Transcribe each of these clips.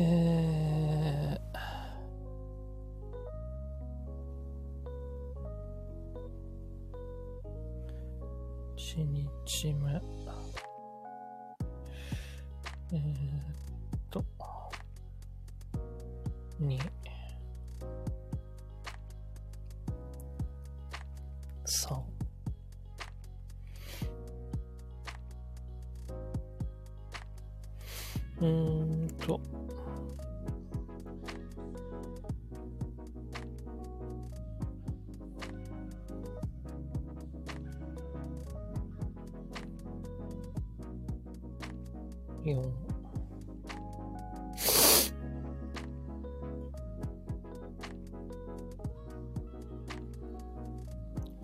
えー、1日目。えー、っと、2、3、うーんと。四。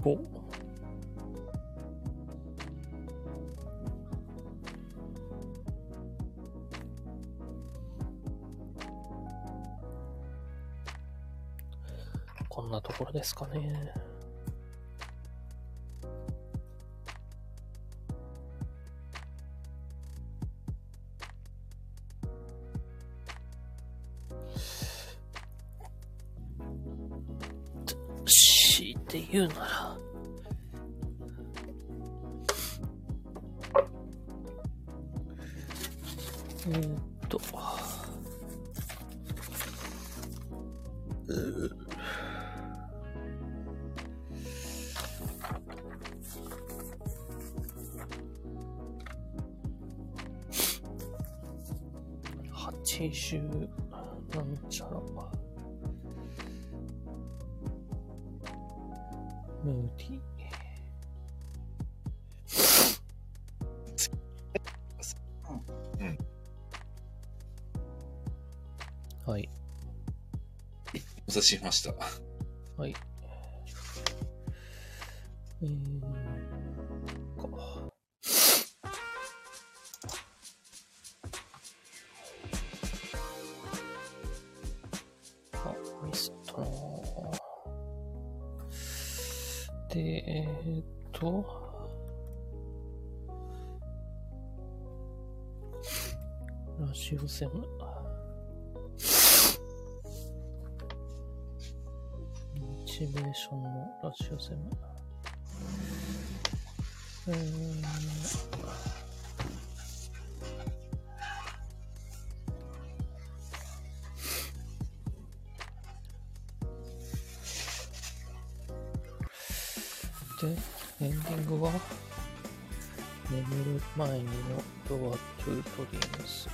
五。こんなところですかね。強いて言うなら。えーっと。80なんちゃらムーディうん。はいお察ししました。はいえーかあミスったなぁでえー、っとラジオ戦モチベーションのラジオセム。うーん。で、エンディングは眠る前にのドアトゥートリームス。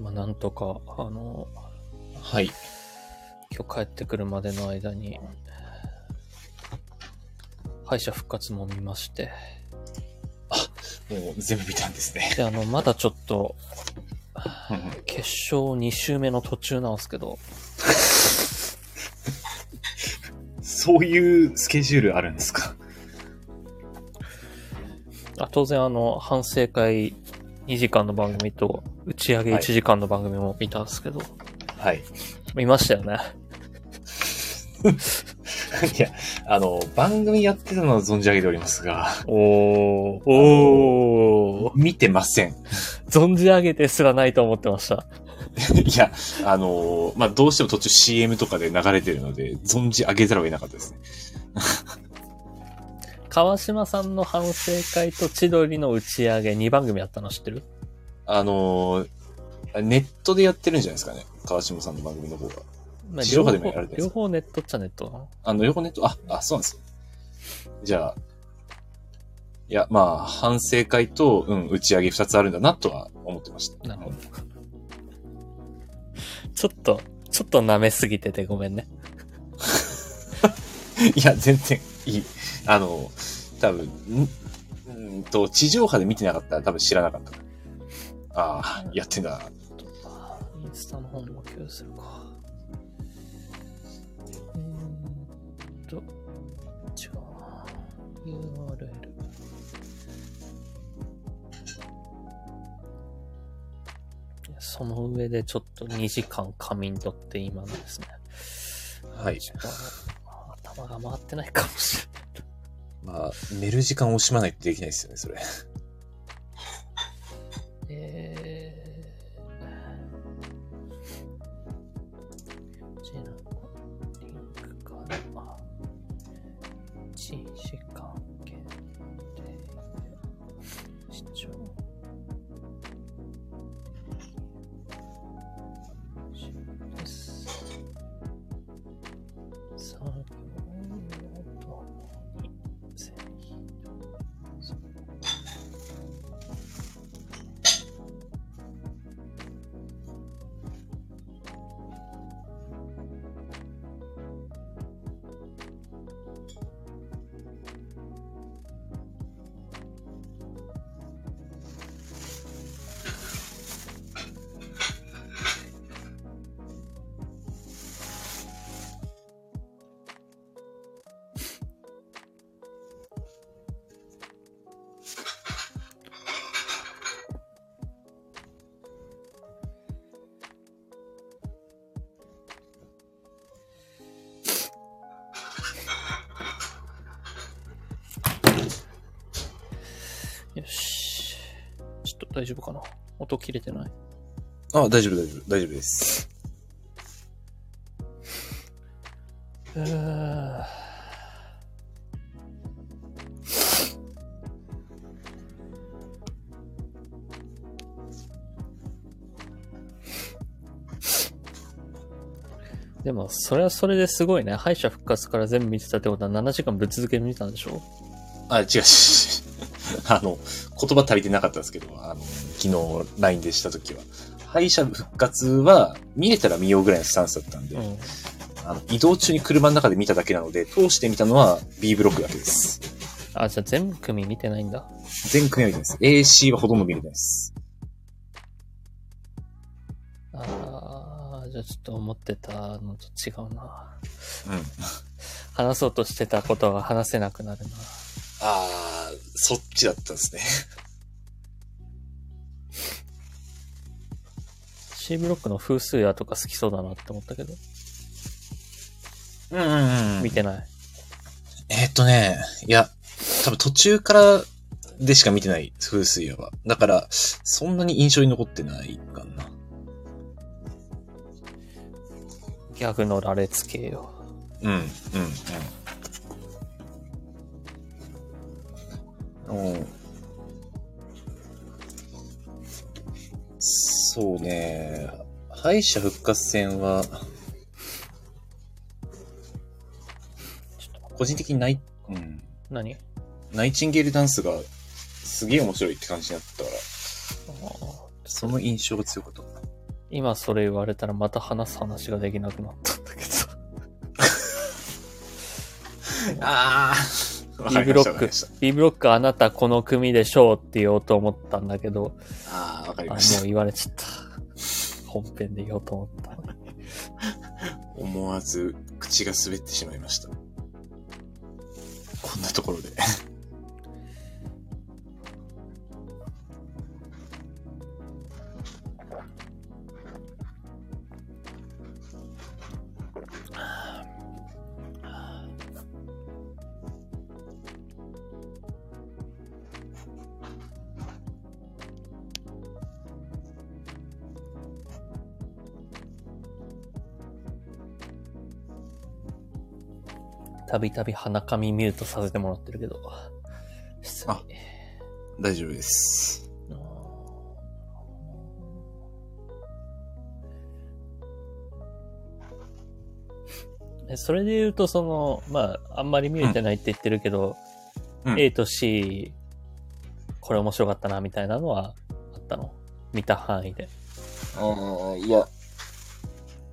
まあ、なんとか、あの、はい。今日帰ってくるまでの間に、敗者復活も見まして。もう全部見たんですね。で、あの、まだちょっと、うんうん決勝2周目の途中なんですけど、そういうスケジュールあるんですかあ当然あの、反省会2時間の番組と、打ち上げ1時間の番組も見たんですけど、 はい。見ましたよね。いや、あの、番組やってたのは存じ上げておりますが、おー、おおー、見てません。存じ上げてすらないと思ってました。 いや、あの、まあ、どうしても途中 CM とかで流れてるので、存じ上げざるを得なかったですね。川島さんの反省会と千鳥の打ち上げ2番組やったの知ってるあの、ネットでやってるんじゃないですかね。川島さんの番組の方が。まあ地両上波方でもやられてる両んです方ネットっちゃネットなのあの、横ネット、あ、あ、そうなんですよ。じゃあ、いや、まあ、反省会と、うん、打ち上げ二つあるんだなとは思ってました。なるほど。 ちょっと、ちょっと舐めすぎててごめんね。 いや、全然いい。あの、多分、んうんと、地上波で見てなかったら多分知らなかった。ああ、やってんだ。インスタの方にも共有するか。うーんと、違うな。 URL。その上でちょっと2時間仮眠取って今のですね。はいちょっと頭が回ってないかもしれない。まあ、寝る時間を惜しまないとできないですよね、それ。えー、こちらのリンクから、1時間限定視聴。終了です作業とともに製品のよし。ちょっと大丈夫かな音切れてない。あ、大丈夫、大丈夫、大丈夫です。うーん でも、それはそれですごいね。敗者復活から全部見てたってことは7時間ぶっ続けに見たんでしょあ、違う、違う違う あの、言葉足りてなかったんですけど、あの、昨日 LINE でした時は。敗者復活は、見れたら見ようぐらいのスタンスだったんで、うん。あの移動中に車の中で見ただけなので、通して見たのは B ブロックだけです。あ、じゃあ全部組見てないんだ。全組は見てないです。AC はほとんど見れてないです。ああ、じゃあちょっと思ってたのと違うな。うん。話そうとしてたことが話せなくなるな。あー、そっちだったんですね。 C ブロックの風水屋とか好きそうだなって思ったけど、うんうん見てない。えーっとね、いや、多分途中からでしか見てない、風水屋は。だから、そんなに印象に残ってないかな。ギャグの羅列系よ。うん、うん、うん。うん。そうね。敗者復活戦は、ちょっと個人的にない、うん、何あナイチンゲールダンスがすげえ面白いって感じになったから、ーその印象が強かった。今それ言われたらまた話す話ができなくなったんだけ ど。ああ B ブロック、B ブロックあなたこの組でしょうって言おうと思ったんだけど、ああ、わかありもましうた。言われちゃった。本編で言おうと思ったのに。思わず口が滑ってしまいました。こんなところで。 たびたび鼻かみミュートさせてもらってるけど。失礼あ。大丈夫です。 えそれで言うと、その、まあ、あんまり見れてないって言ってるけど、うん A と C、これ面白かったな、みたいなのはあったの見た範囲で。ああ、いや。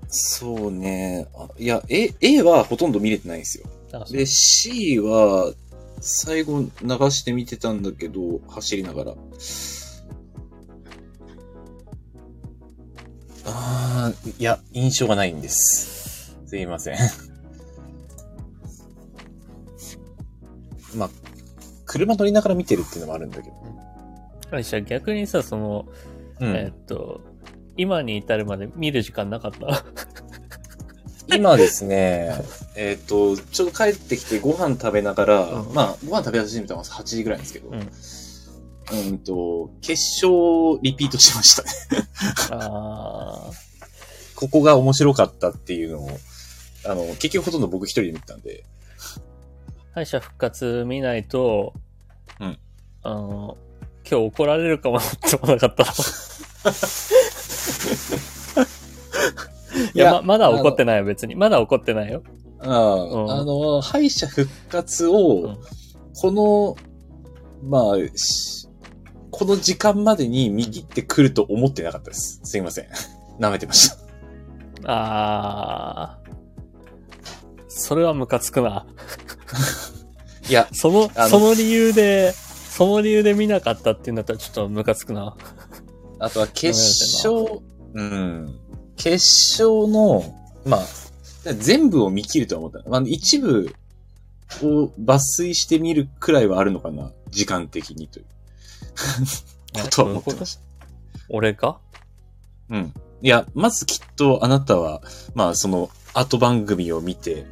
そうね。あいや、A、A はほとんど見れてないんですよ。あそうで、C は、最後流して見てたんだけど、走りながら。ああ、いや、印象がないんです。 すいません。まあ、車乗りながら見てるっていうのもあるんだけど。あれじゃあ逆にさ、その、うんえーっと、今に至るまで見る時間なか った。今ですね、えっ、と、ちょっと帰ってきてご飯食べながら、うんまあ、ご飯食べ始めたのは8時ぐらいなんですけど、うんうん、と、決勝をリピートしましたね。ああ、 ここが面白かったっていうのを、あの、結局ほとんど僕一人で見てたんで、敗者復活見ないと、うん。あの、今日怒られるかもって思わなかった。いや、ま、まだ怒ってないよ、別に。まだ怒ってないよ。あの、うんああの、敗者復活うをん、この、まあ、しこの時間までに見切ってくると思ってなかったです。すいません。 舐めてました。ああ、それはムカつくな。いや、その、あのその理由で、その理由で見なかったっていうんだったらちょっとムカつくな。あとは決勝、うん。決勝の、まあ、全部を見切るとは思った。まあ、一部を抜粋して見るくらいはあるのかな。時間的にという。ことは思ってました。俺かうん。いや、まずきっとあなたは、まあ、その、後番組を見て、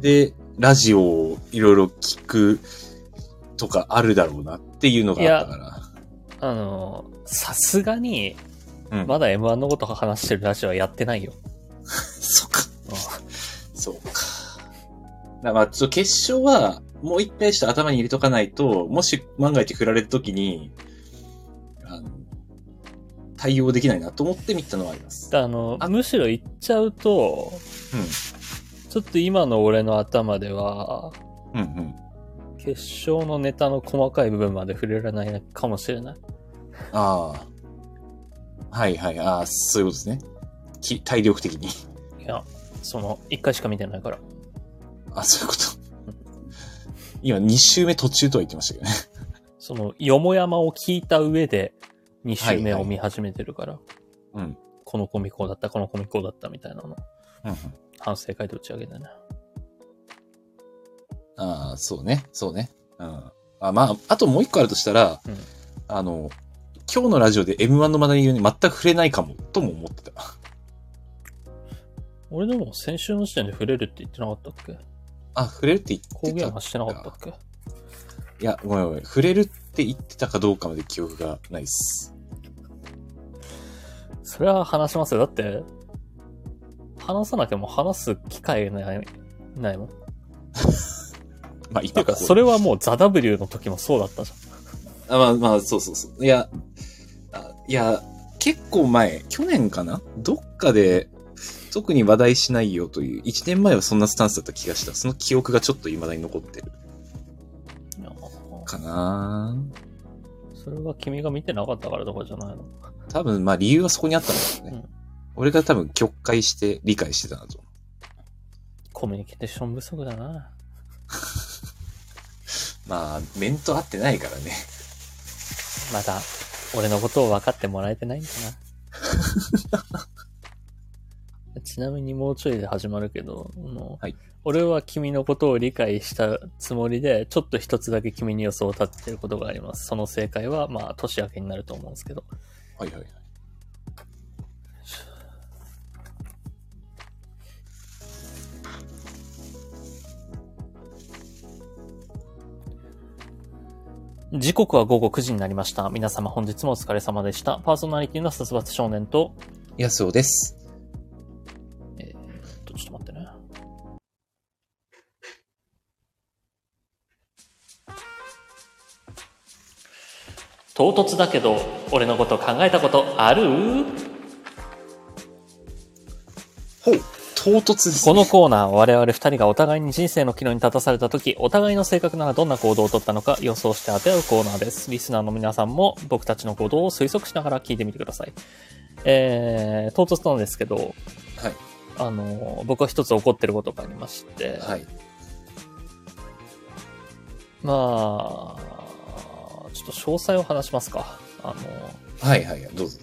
で、ラジオをいろいろ聞くとかあるだろうなっていうのがあったから。あの、さすがに、うんまだ M1 のこと話してるラジオはやってないよ。そうか。そうか。だからまあ、ちょっと決勝は、もう一回ちょっと頭に入れとかないと、もし万が一振られた時に、あの、対応できないなと思って見たのはあります。あの、あむしろ言っちゃうと、ちょっと今の俺の頭では、うん。うんうん。決勝のネタの細かい部分まで触れられないかもしれない。ああ。はいはい。ああ、そういうことですね。き体力的に。いや、その、一回しか見てないから。あそういうこと。今、2周目途中とは言ってましたけどね。その、よもやまを聞いた上で、2周目を見始めてるから、うん。このコミコだった、このコミコだったみたいなの、うんうん。反省会で打ち上げだね。ああ、そうね、そうね。うん。あまあ、あともう一個あるとしたら、うんあの、今日のラジオで M1 の話題に全く触れないかも、とも思ってた。俺でも先週の時点で触れるって言ってなかったっけあ、触れるって言公って言たは。してなかったっけいや、ごめんごめん。触れるって言ってたかどうかまで記憶がないっす。それは話しますよ。だって、話さなきゃもう話す機会ない、ないもん。まあ、て今いうか、ここそれはもうザ・ W の時もそうだったじあまあまあ、そうそうそう。いや、あいや、結構前、去年かなどっかで、特に話題しないよという、1年前はそんなスタンスだった気がした。その記憶がちょっと未だに残ってるゃん。いやかなそれは君が見てなかったからとかじゃないの。多分、まあ理由はそこにあったんだろうね。うん俺が多分、曲解して理解してたなと。コミュニケーション不足だな。まあ、面と合ってないからね。まだ、俺のことを分かってもらえてないんだな。 ちなみにもうちょいで始まるけど、あのはい俺は君のことを理解したつもりで、ちょっと一つだけ君に予想を立ててることがあります。その正解は、まあ、年明けになると思うんですけど。はいはいはい。時刻は午後9時になりました。皆様本日もお疲れ様でした。パーソナリティの殺伐少年と、いや、そうです。えーっと、ちょっと待ってね。唐突だけど、俺のこと考えたことあるほう唐突ですこね。のコーナー、我々二人がお互いに人生の岐路に立たされた時、お互いの性格ならどんな行動を取ったのか予想して当て合うコーナーです。リスナーの皆さんも僕たちの行動を推測しながら聞いてみてください。えー、唐突なんですけど、はい。あの、僕は一つ怒ってることがありまして、はい。まあ、ちょっと詳細を話しますか。あの、はいはいはい。どうぞ。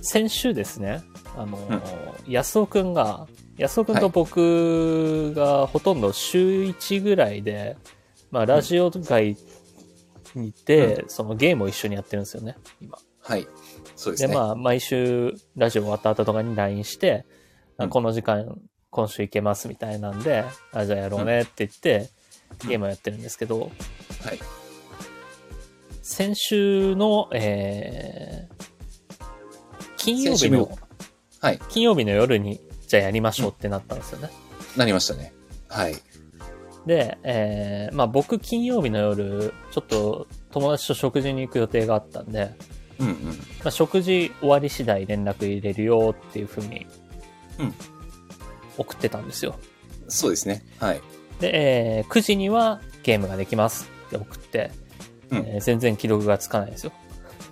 先週ですね、あの、うん安尾くんが、安尾くんはとい僕がほとんど週1ぐらいで、まあ、ラジオ外に行って、そのゲームを一緒にやってるんですよね、今。はい。そうですで、ね。まあ、毎週、ラジオ終わった後とかに LINE して、あうんこの時間、今週行けますみたいなんで、あ、じゃあやろうねって言って、うんゲームをやってるんですけど、はい。先週の、えー、金曜日の先週、はい。金曜日の夜に、じゃあやりましょうってなったんですよね。なりましたね。はい。で、えーまあ僕金曜日の夜、ちょっと友達と食事に行く予定があったんで、うんうん。まあ、食事終わり次第連絡入れるよっていうふうにうん、送ってたんですよ。そうですね。はい。で、えー9時にはゲームができますって送って、うんえー全然記録がつかないですよ。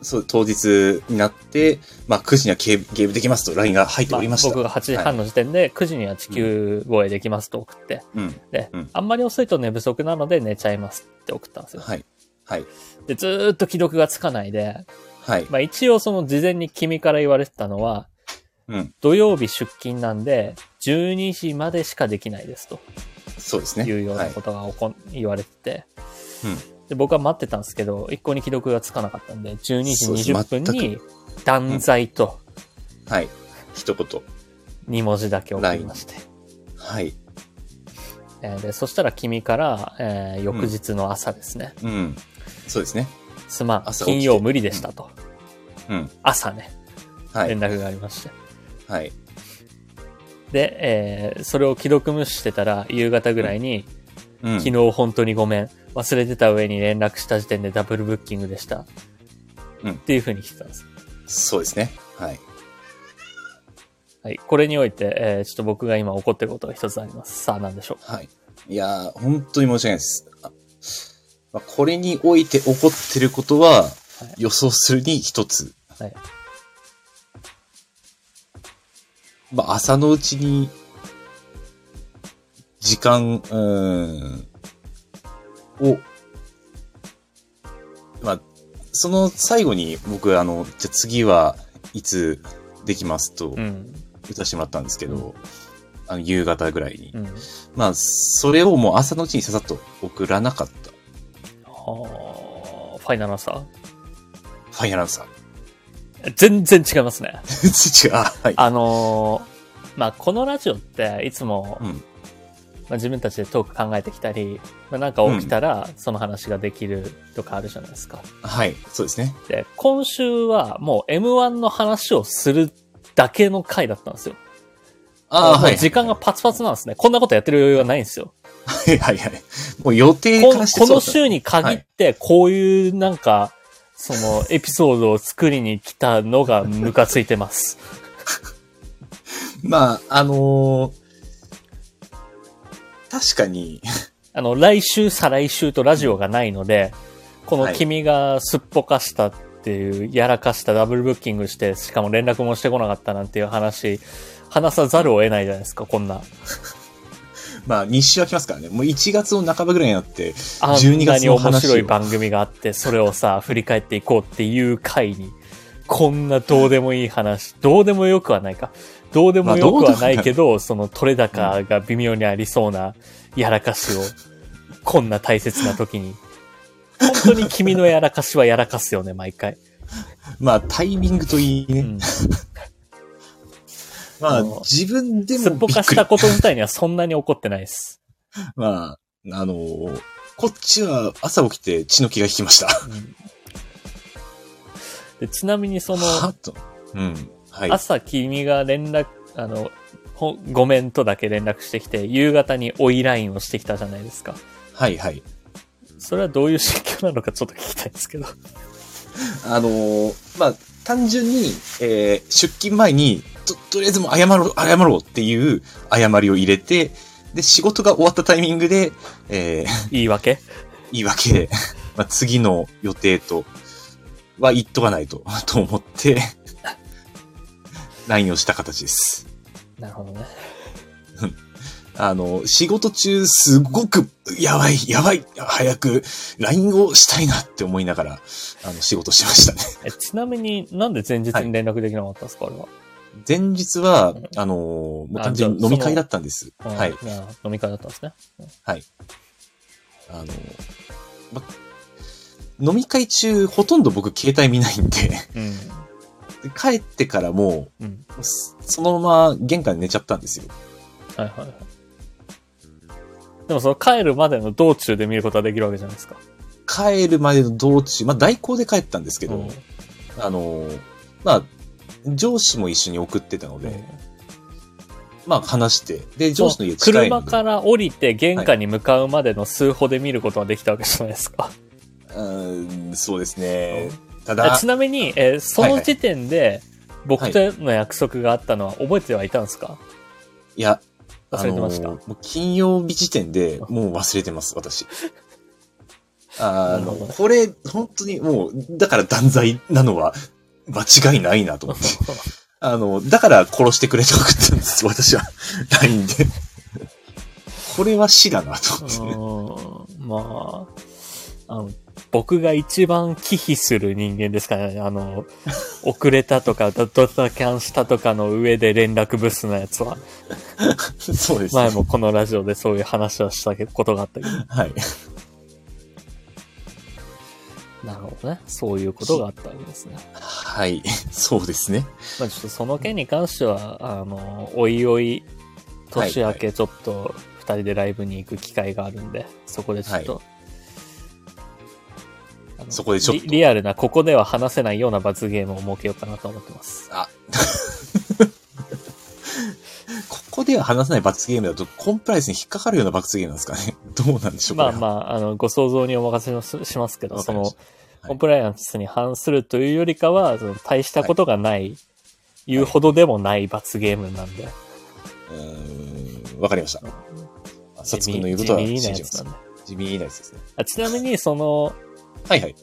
そう、当日になって、まあ、9時にはゲームゲームできますと LINE が入っておりました。僕が8時半の時点で9時には地球超えできますと送って、うん。で、うんあんまり遅いと寝不足なので寝ちゃいますって送ったんですよ。はい。はい。で、ずーっと記録がつかないで、はい。まあ一応その事前に君から言われてたのは、うん。土曜日出勤なんで、12時までしかできないですとそうですね。いうようは。ないことがおこん、言われてて、うで、僕は待ってたんですけど、一向に既読がつかなかったんで、12そうです時20分に全断罪とはい。一言。 2文字だけ送りまして。はい。えーで、そしたら君から、えー翌日の朝ですね。うん。そうですね。すまん、朝起きて金曜無理でしたと。うん。朝ね、はい連。絡がありまして。はい。で、えーそれを既読無視してたら、夕方ぐらいに、うん。昨日本当にごめん。忘れてた上に連絡した時点でダブルブッキングでした。うんっていう風に来てたんです。そうですね。はい。はい。これにおいて、えーちょっと僕が今怒ってることが一つあります。さあ何でしょう。はい。いやー、本当に申し訳ないです。あまあ、これにおいて起こってることは、予想するに一つ。はい。まあ、朝のうちに、時間、うーん、を、まあ、その最後に僕、あの、じゃあ次はいつできますとうん。打たせてもらったんですけど、うあの夕方ぐらいに。うん。まあ、それをもう朝のうちにささっと送らなかった。はあ、ファイナルアンサーファイアランサー。全然違いますね。違 う。はい。あのーまあ、このラジオって、いつも、うんまあ、自分たちでトーク考えてきたり、まあ、なんか起きたら、その話ができるとかあるじゃないですか。はい。そうですね。で、今週はもう M1 の話をするだけの回だったんですよ。ああ、もうはい。時間がパツパツなんですね。こんなことやってる余裕がないんですよ。 はいはいはい。もう予定こんからしてこそうのだった週に限って、こういうなんか、そのエピソードを作りに来たのがムカついてます。まあ、あのー確かに、 あの、来週、再来週とラジオがないので、このはい君がすっぽかしたっていう、やらかしたダブルブッキングして、しかも連絡もしてこなかったなんていう話、話さざるを得ないじゃないですか、こんな。まあ、日誌は来ますからね。もう1月の半ばぐらいになって、あん12な月にの面話を白い番組があって、それをさ、振り返っていこうっていう回に、こんなどうでもいい話、どうでもよくはないか。どうでもよくはないけど、その取れ高が微妙にありそうなやらかしを、こんな大切な時に。本当に君のやらかしはやらかすよね、毎回。まあ、タイミングといいうね。ん。すまああの、自分でもっぽびっかくしりた。こと自体にはそんなに怒ってないです。まあ、あのーこっちは朝起きて血の気が引きました。うんでちなみにその、はっと。うん。はい。朝君が連絡、あの、ほごめんとだけ連絡してきて、夕方に追いラインをしてきたじゃないですか。はいはい。それはどういう心境なのかちょっと聞きたいんです けど。あのーまあ、単純に、えー出勤前に、と、とりあえずもう謝ろう、謝ろうっていう謝りを入れて、で、仕事が終わったタイミングで、えー、 言い訳言い訳で、 まあ、次の予定と、は言っとかないと、 と思って、LINE をした形です。なるほどね。あの、仕事中、すごく、やばい、やばい、早く、LINE をしたいなって思いながら、あの、仕事してましたね。 えちなみになんで前日に連絡できなかったんですか、あれは。前日はうん、あのーもうあ完全にじゃあ飲み会だったんです。うんはい。な飲み会だったんですね。はい。あの、ま、飲み会中、ほとんど僕携帯見ないんで、 うん。で帰ってからもうん。う、そそのまま玄関で寝ちゃったんですよ。はいはいはい。でもその帰るまでの道中で見ることはできるわけじゃないですか。帰るまでの道中、まあ、代行で帰ったんですけど、うんあの、まあ、上司も一緒に送ってたので、まあ話して、で、上司の家近いの車で。から降りて玄関に向かうまでの数歩で見ることはできたわけじゃないですか。うーん、そうですね。たあだち、なみに、えーそはいのはい時点で僕との約束があったのは覚えてはいたんですか、いや、忘れてましたあのもう金曜日時点でもう忘れてます、 私。あなるの、ほどねこれ、本当にもう、だから断罪なのは間違いないな と思って。あの、だから殺してくれと送ったんです、私は。LINE で。これは死だなとう思ってね。ーん、まあ、あの、僕が一番忌避する人間ですからね。あ の、遅れたとか、ドタキャンしたとかの上で連絡ブスなやつは。そうですね。前もこのラジオでそういう話はしたことがあったけ ど。はい。なるほどね。そういうことがあったわけですね。はい。そうですね。まあちょっとその件に関しては、あの、おいおい、年明けちょっと二人でライブに行く機会があるんで、そこでちょっと、あのそこでちょっとリリアルな、ここでは話せないような罰ゲームを設けようかなと思ってます。あ、ここでは話せない罰ゲームだと、コンプライアンスに引っかかるような罰ゲームなんですかね。 どうなんでしょうまあまあ、あ、あの、ご想像にお任せをすしますけど、わそかりまのし、はいコンプライアンスに反するというよりかは、その大したことがない、言うほどでもない罰ゲームなんで。うーん、わかりました。あさつくんの言うことは地味信なじやまつなすん。で。地味なやつですね。あちなみに、その、はいはい。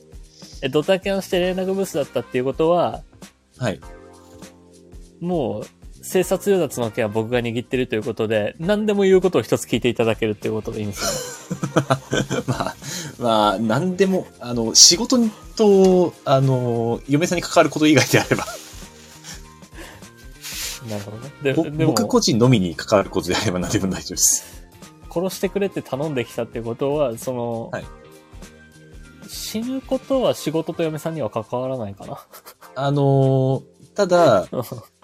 えドタキャンして連絡ブースだったっていうことは、はい。 もう、生殺与奪の件は僕が握ってるということで、何でも言うことを一つ聞いていただけるっていうことでいいんですまあ、まあ、なんでも、あの、仕事にと、あの、嫁さんに関わること以外であれば、よ ね。なるほどね。で、ぼで僕個も、人のみに関わることであれば何でも大丈夫です。殺してくれって頼んできたってことは、その、はい死ぬことは仕事と嫁さんには関わらないかな。あの、ただ、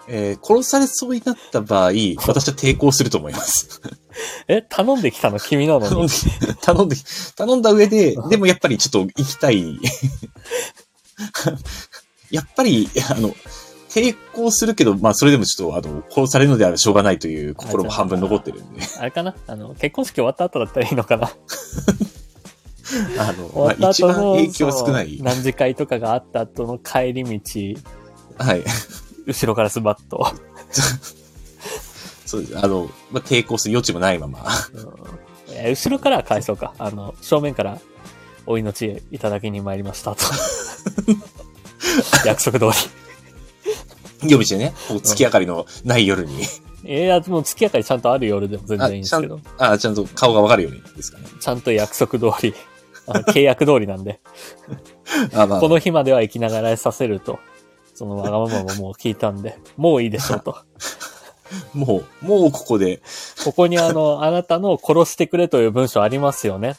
えー殺されそうになった場合、私は抵抗すると思います。 え、頼んできたの君なの頼んに。 で、頼んで、頼んだ上でうん、でもやっぱりちょっと行きたい。 やっぱり、あの、抵抗するけど、まあそれでもちょっと、あの、殺されるのであればしょうがないという心も半分残って るんで、あれかなあの、結婚式終わった後だったらいいのかなあの、終 まあわった一後番の影響少なそいの。何次会とかがあった後の帰り道、はい。後ろからスバッと。そうです。あの、まあ抵抗する余地もないまま。 うんいや後ろからは返そうか。あの、正面からお命へいただきに参りました と。約束通夜道でね、こう月明かりのない夜に、 り。いや、もう月明かりちゃんとある夜でも全然あ、いいんでちゃすけどん、、あ、ちゃんと顔がわかるようにですかね。ちゃんと約束通り、 あの契約通りなんで、あ、まあこ、の日までは生きながらえさせると、そのわがままももう聞いたんで、もういいでしょうと。もう、もうここで、ここにあ の、あなたの殺してくれという文章ありますよね。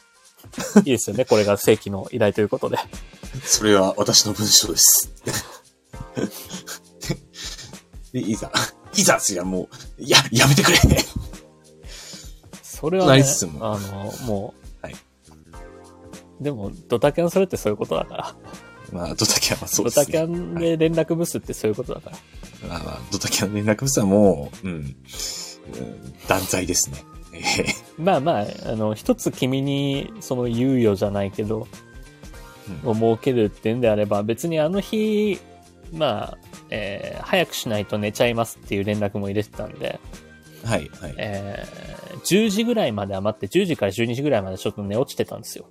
いいですよね。これが正規の依頼ということで。それは私の文章です。 で、いざ、いざ、すりゃもう、いや、やめてくれそれはナねイス、もあの、もう、はいでも、ドタキャンそれってそういうことだから。 まあ、ドタキャンはそドうです、タね。キャンで連絡ブスってそういうことだから。まあまあ、ドタキャン連絡物はもう、うん、うん断罪ですね。えへへまあまあ、あの、一つ君に、その猶予じゃないけど、うんを設けるっていうんであれば、別にあの日、まあ、えー早くしないと寝ちゃいますっていう連絡も入れてたんで、はい、はい。えー10時ぐらいまで余って、10時から12時ぐらいまでちょっと寝落ちてたんですよ。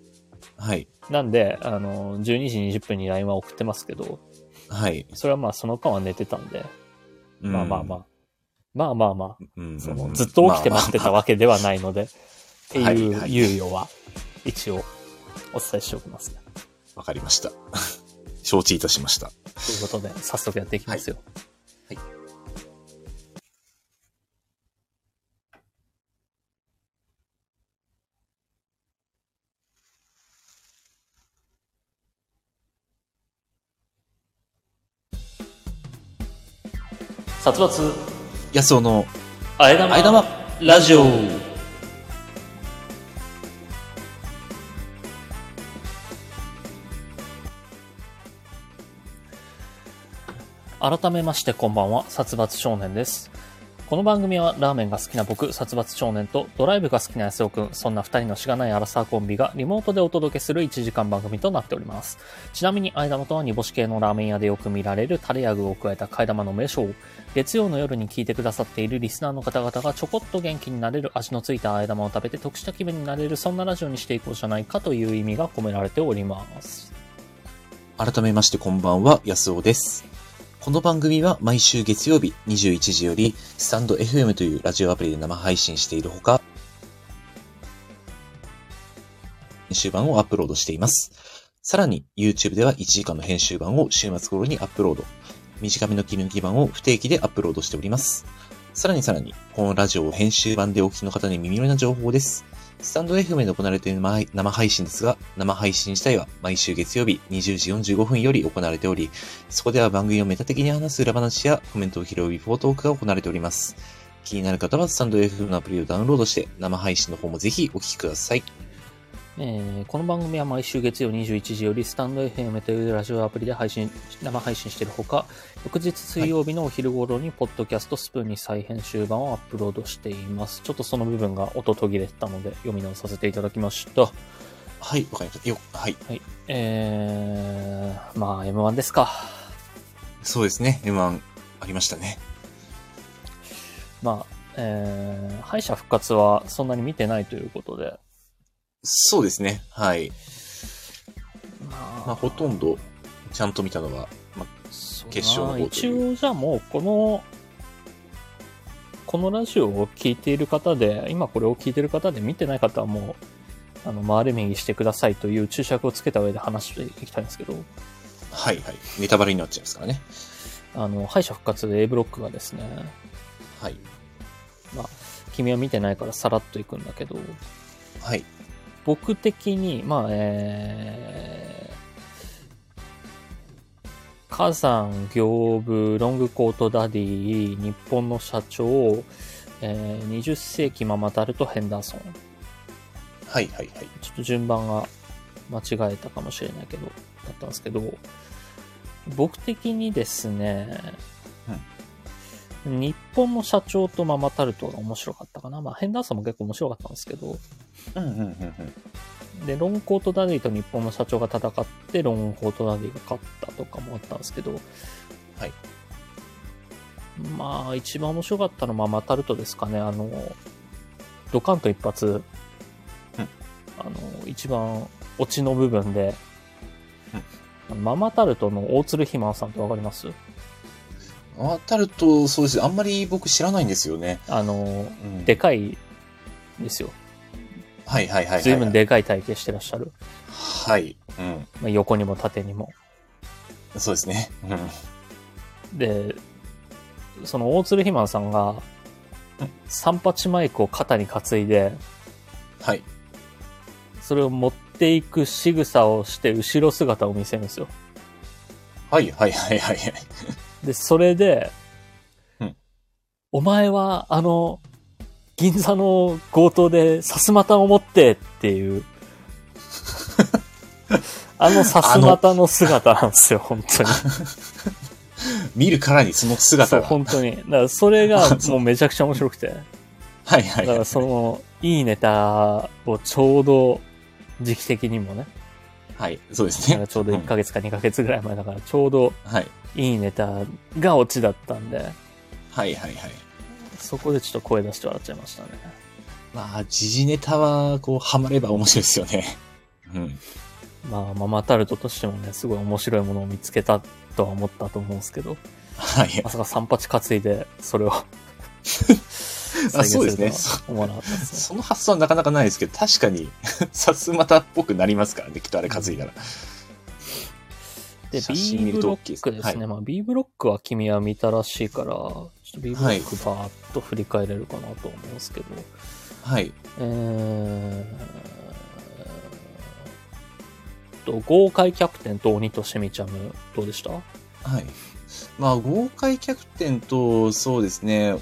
はい、なんで、あの、12時20分に LINE は送ってますけど、はい。それはまあその間は寝てたんで、うんまあまあまあ。まあまあまうんうんうあ、んそのずっと起きて待ってたわけではないので、ってはいいうはい猶予は一応お伝えしておきますね。わかりました。承知いたしました。ということで、早速やっていきますよ。はいは殺伐、や、その、あえだ間は、ラジオ。改めましてこんばんは、殺伐少年です。この番組はラーメンが好きな僕、殺伐少年とドライブが好きな安尾くん、そんな二人のしがないアラサーコンビがリモートでお届けする1時間番組となっております。ちなみに、あえ玉とは煮干し系のラーメン屋でよく見られるタレや具を加えた替え玉の名称。月曜の夜に聞いてくださっているリスナーの方々がちょこっと元気になれる味のついたあえ玉を食べて得した気分になれる、そんなラジオにしていこうじゃないかという意味が込められております。改めましてこんばんは、安尾です。この番組は毎週月曜日21時より、スタンド FM というラジオアプリで生配信しているほか、編集版をアップロードしています。さらに、YouTube では1時間の編集版を週末頃にアップロード。短めの切り抜き版を不定期でアップロードしております。さらにさらに、このラジオを編集版でお聞きの方に耳寄りな情報です。スタンド FM で行われている生配生配信ですが、生配信自体は毎週月曜日20時45分より行われており、そこでは番組をメタ的に話す裏話やコメントを拾うビフォートークが行われております。気になる方はスタンド FM のアプリをダウンロードして、生配信の方もぜひお聞きください。えーこの番組は毎週月曜21時よりスタンド FM というラジオアプリで配信生配信しているほか翌日水曜日のお昼頃にポッドキャストスプーンに再編集版をアップロードしていますちょっとその部分が音途切れてたので読み直させていただきましたはい、わかりました。よ、はい。えー、まあ M1 ですかそうですね。M1 ありましたね。まあえー、敗者復活はそんなに見てないということでそうですね。はい。ままあ、ほとんど、ちゃんと見たのは、まあ、そうな決勝の方と一いう応じゃあもうこのこのラジオを聞いている方で今これを聞いている方で見てない方はもうあの回れ右してくださいという注釈をつけた上で話していきたいんですけどはいはい。ネタバレになっちゃいますからね。あの敗者復活で A ブロックがですねはい。君は見てないからさらっといくんだけどはい。僕的にまあえー火山行部ロングコートダディ日本の社長、えー20世紀ママタルトヘンダーソンはいはいはい。ちょっと順番が間違えたかもしれないけどだったんですけど僕的にですね、日本の社長とママタルトが面白かったかな、まあ、ヘンダーソンも結構面白かったんですけど、うんうんうんうん。で、ロンコートダディと日本の社長が戦って、ロンコートダディが勝ったとかもあったんですけど、はい。まあ、一番面白かったのはママタルトですかね。あの、ドカンと一発、うんあの、一番オチの部分で、ママタルトの大鶴ひまわさんってわかります当たると、そうです。あんまり僕知らないんですよね。あの、うんでかいんですよ。はいはいはいはい。随分。でかい体型してらっしゃる。はい。うん。まあ、横にも縦にも。そうですね。うん。で、その大鶴ひまわさんがうん、三八マイクを肩に担いで、はい。それを持っていく仕草をして、後ろ姿を見せるんですよ。はいはいはいはいはい。で、それで、うんお前は、あの、銀座の強盗で、さすまたを持ってって いう、あのさすまたの姿なんですよ、本当に。見るからにその姿そうが。本当に。だから、それがもうめちゃくちゃ面白くて。はいはだいかはらい。その、いいネタをちょうど、時期的にもね、はい。そうですなん ねか。ちょうど1ヶ月か2ヶ月ぐらい前だから、ちょうどはい。いいネタがオチだったんで、はいはいはい。そこでちょっと声出して笑っちゃいましたね。まあ、時事ネタは、こう、ハマれば面白いですよね。うん。まあ、ママタルトとしてもね、すごい面白いものを見つけたとは思ったと思うんですけど、はいま。さか三八担いで、それ をあ再そうで現すするね。とそは思わなかったですね。その発想はなかなかないですけど、確かに、 さすまたっぽくなりますからね、きっとあれ担いだら。で、写真 B 見ブるロと大ッきいですクですね。まあ、B ブロックは君は見たらしいから、ちょっと B ブロックバーッと振り返れるかなと思うんですけど、はい。えーっと、豪快キャプテンと鬼とシミチャム、どうでしたはい。まあ、豪快キャプテンと、そうですね、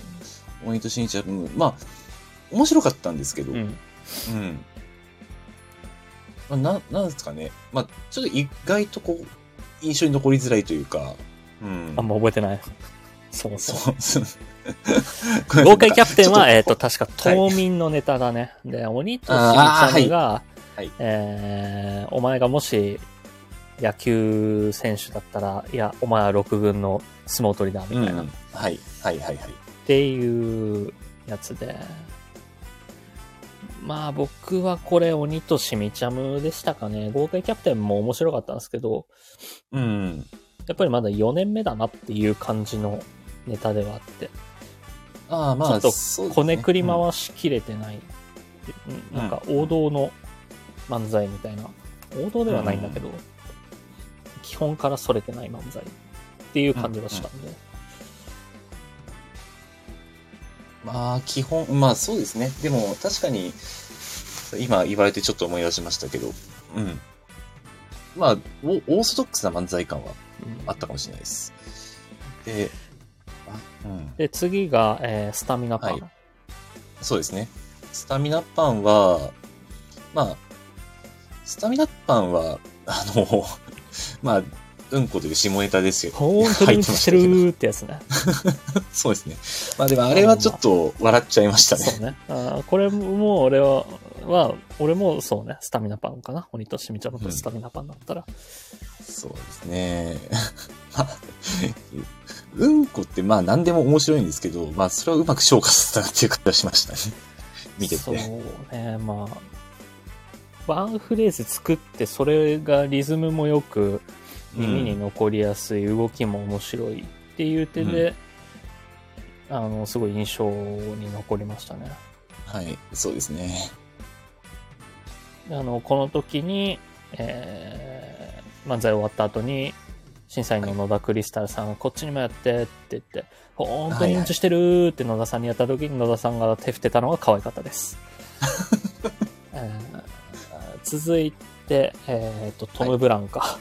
鬼と新ちゃん、まあ、面白かったんですけど、ううん。ん。まあ、な、なんですかね。まあ、ちょっと意外とこう、印象に残りづらいというか、うん。あんま覚えてない。 そうそう。そう、そう。 豪快キャプテンは、えっ、とと、確か、はい島民のネタだね。で、鬼としんちあーゃんが、はいえーお前がもし、野球選手だったら、いや、お前は6軍の相撲取りだ、みたいな、うっん、はい、はい、はい、はい。ていうやつで。まあ、僕はこれ、鬼としみちゃむでしたかね。豪快キャプテンも面白かったんですけど、うん。やっぱりまだ4年目だなっていう感じのネタではあって。ああ、まあ、ちょっとそうですこねねくり回しきれてない、うんなんか王道の漫才みたいな王道ではないんだけど、基本からそれてない漫才っていう感じがしたんで、まあ、基本、まあそうですね。でも、確かに、今言われてちょっと思い出しましたけど、うん。まあ、オオーソドックスな漫才感はうんあったかもしれないです。で、あうん、で次が、えースタミナパン、はいそうですね。スタミナパンは、まあ、スタミナパンは、あの、 まあ、うんこという下ネタですよ。本当にしてるーってやつ ね。そうですね。まあでも、あれはちょっと笑っちゃいましたそうね。ね。あーこれも俺は、は、俺もそうね、スタミナパンかな。鬼としみちゃんとスタミナパンだったら。そうですね。 まあうんこってまあ何でも面白いんですけど、まあそれをうまく消化させたっていう感じがしましたね。 見てそうて。ね、まあ。ワンフレーズ作って、それがリズムもよく、耳に残りやすい、動きも面白いっていう手で、あの、すごい印象に残りましたね。はい、そうですね。あの、この時に、えー漫才終わった後に、審査員の野田クリスタルさんがこっちにもやってって言って、本当にうんちしてるーって野田さんにやった時に野田さんが手振ってたのが可愛かった です。えー続いて、えっ、と、トム・ブラウンか。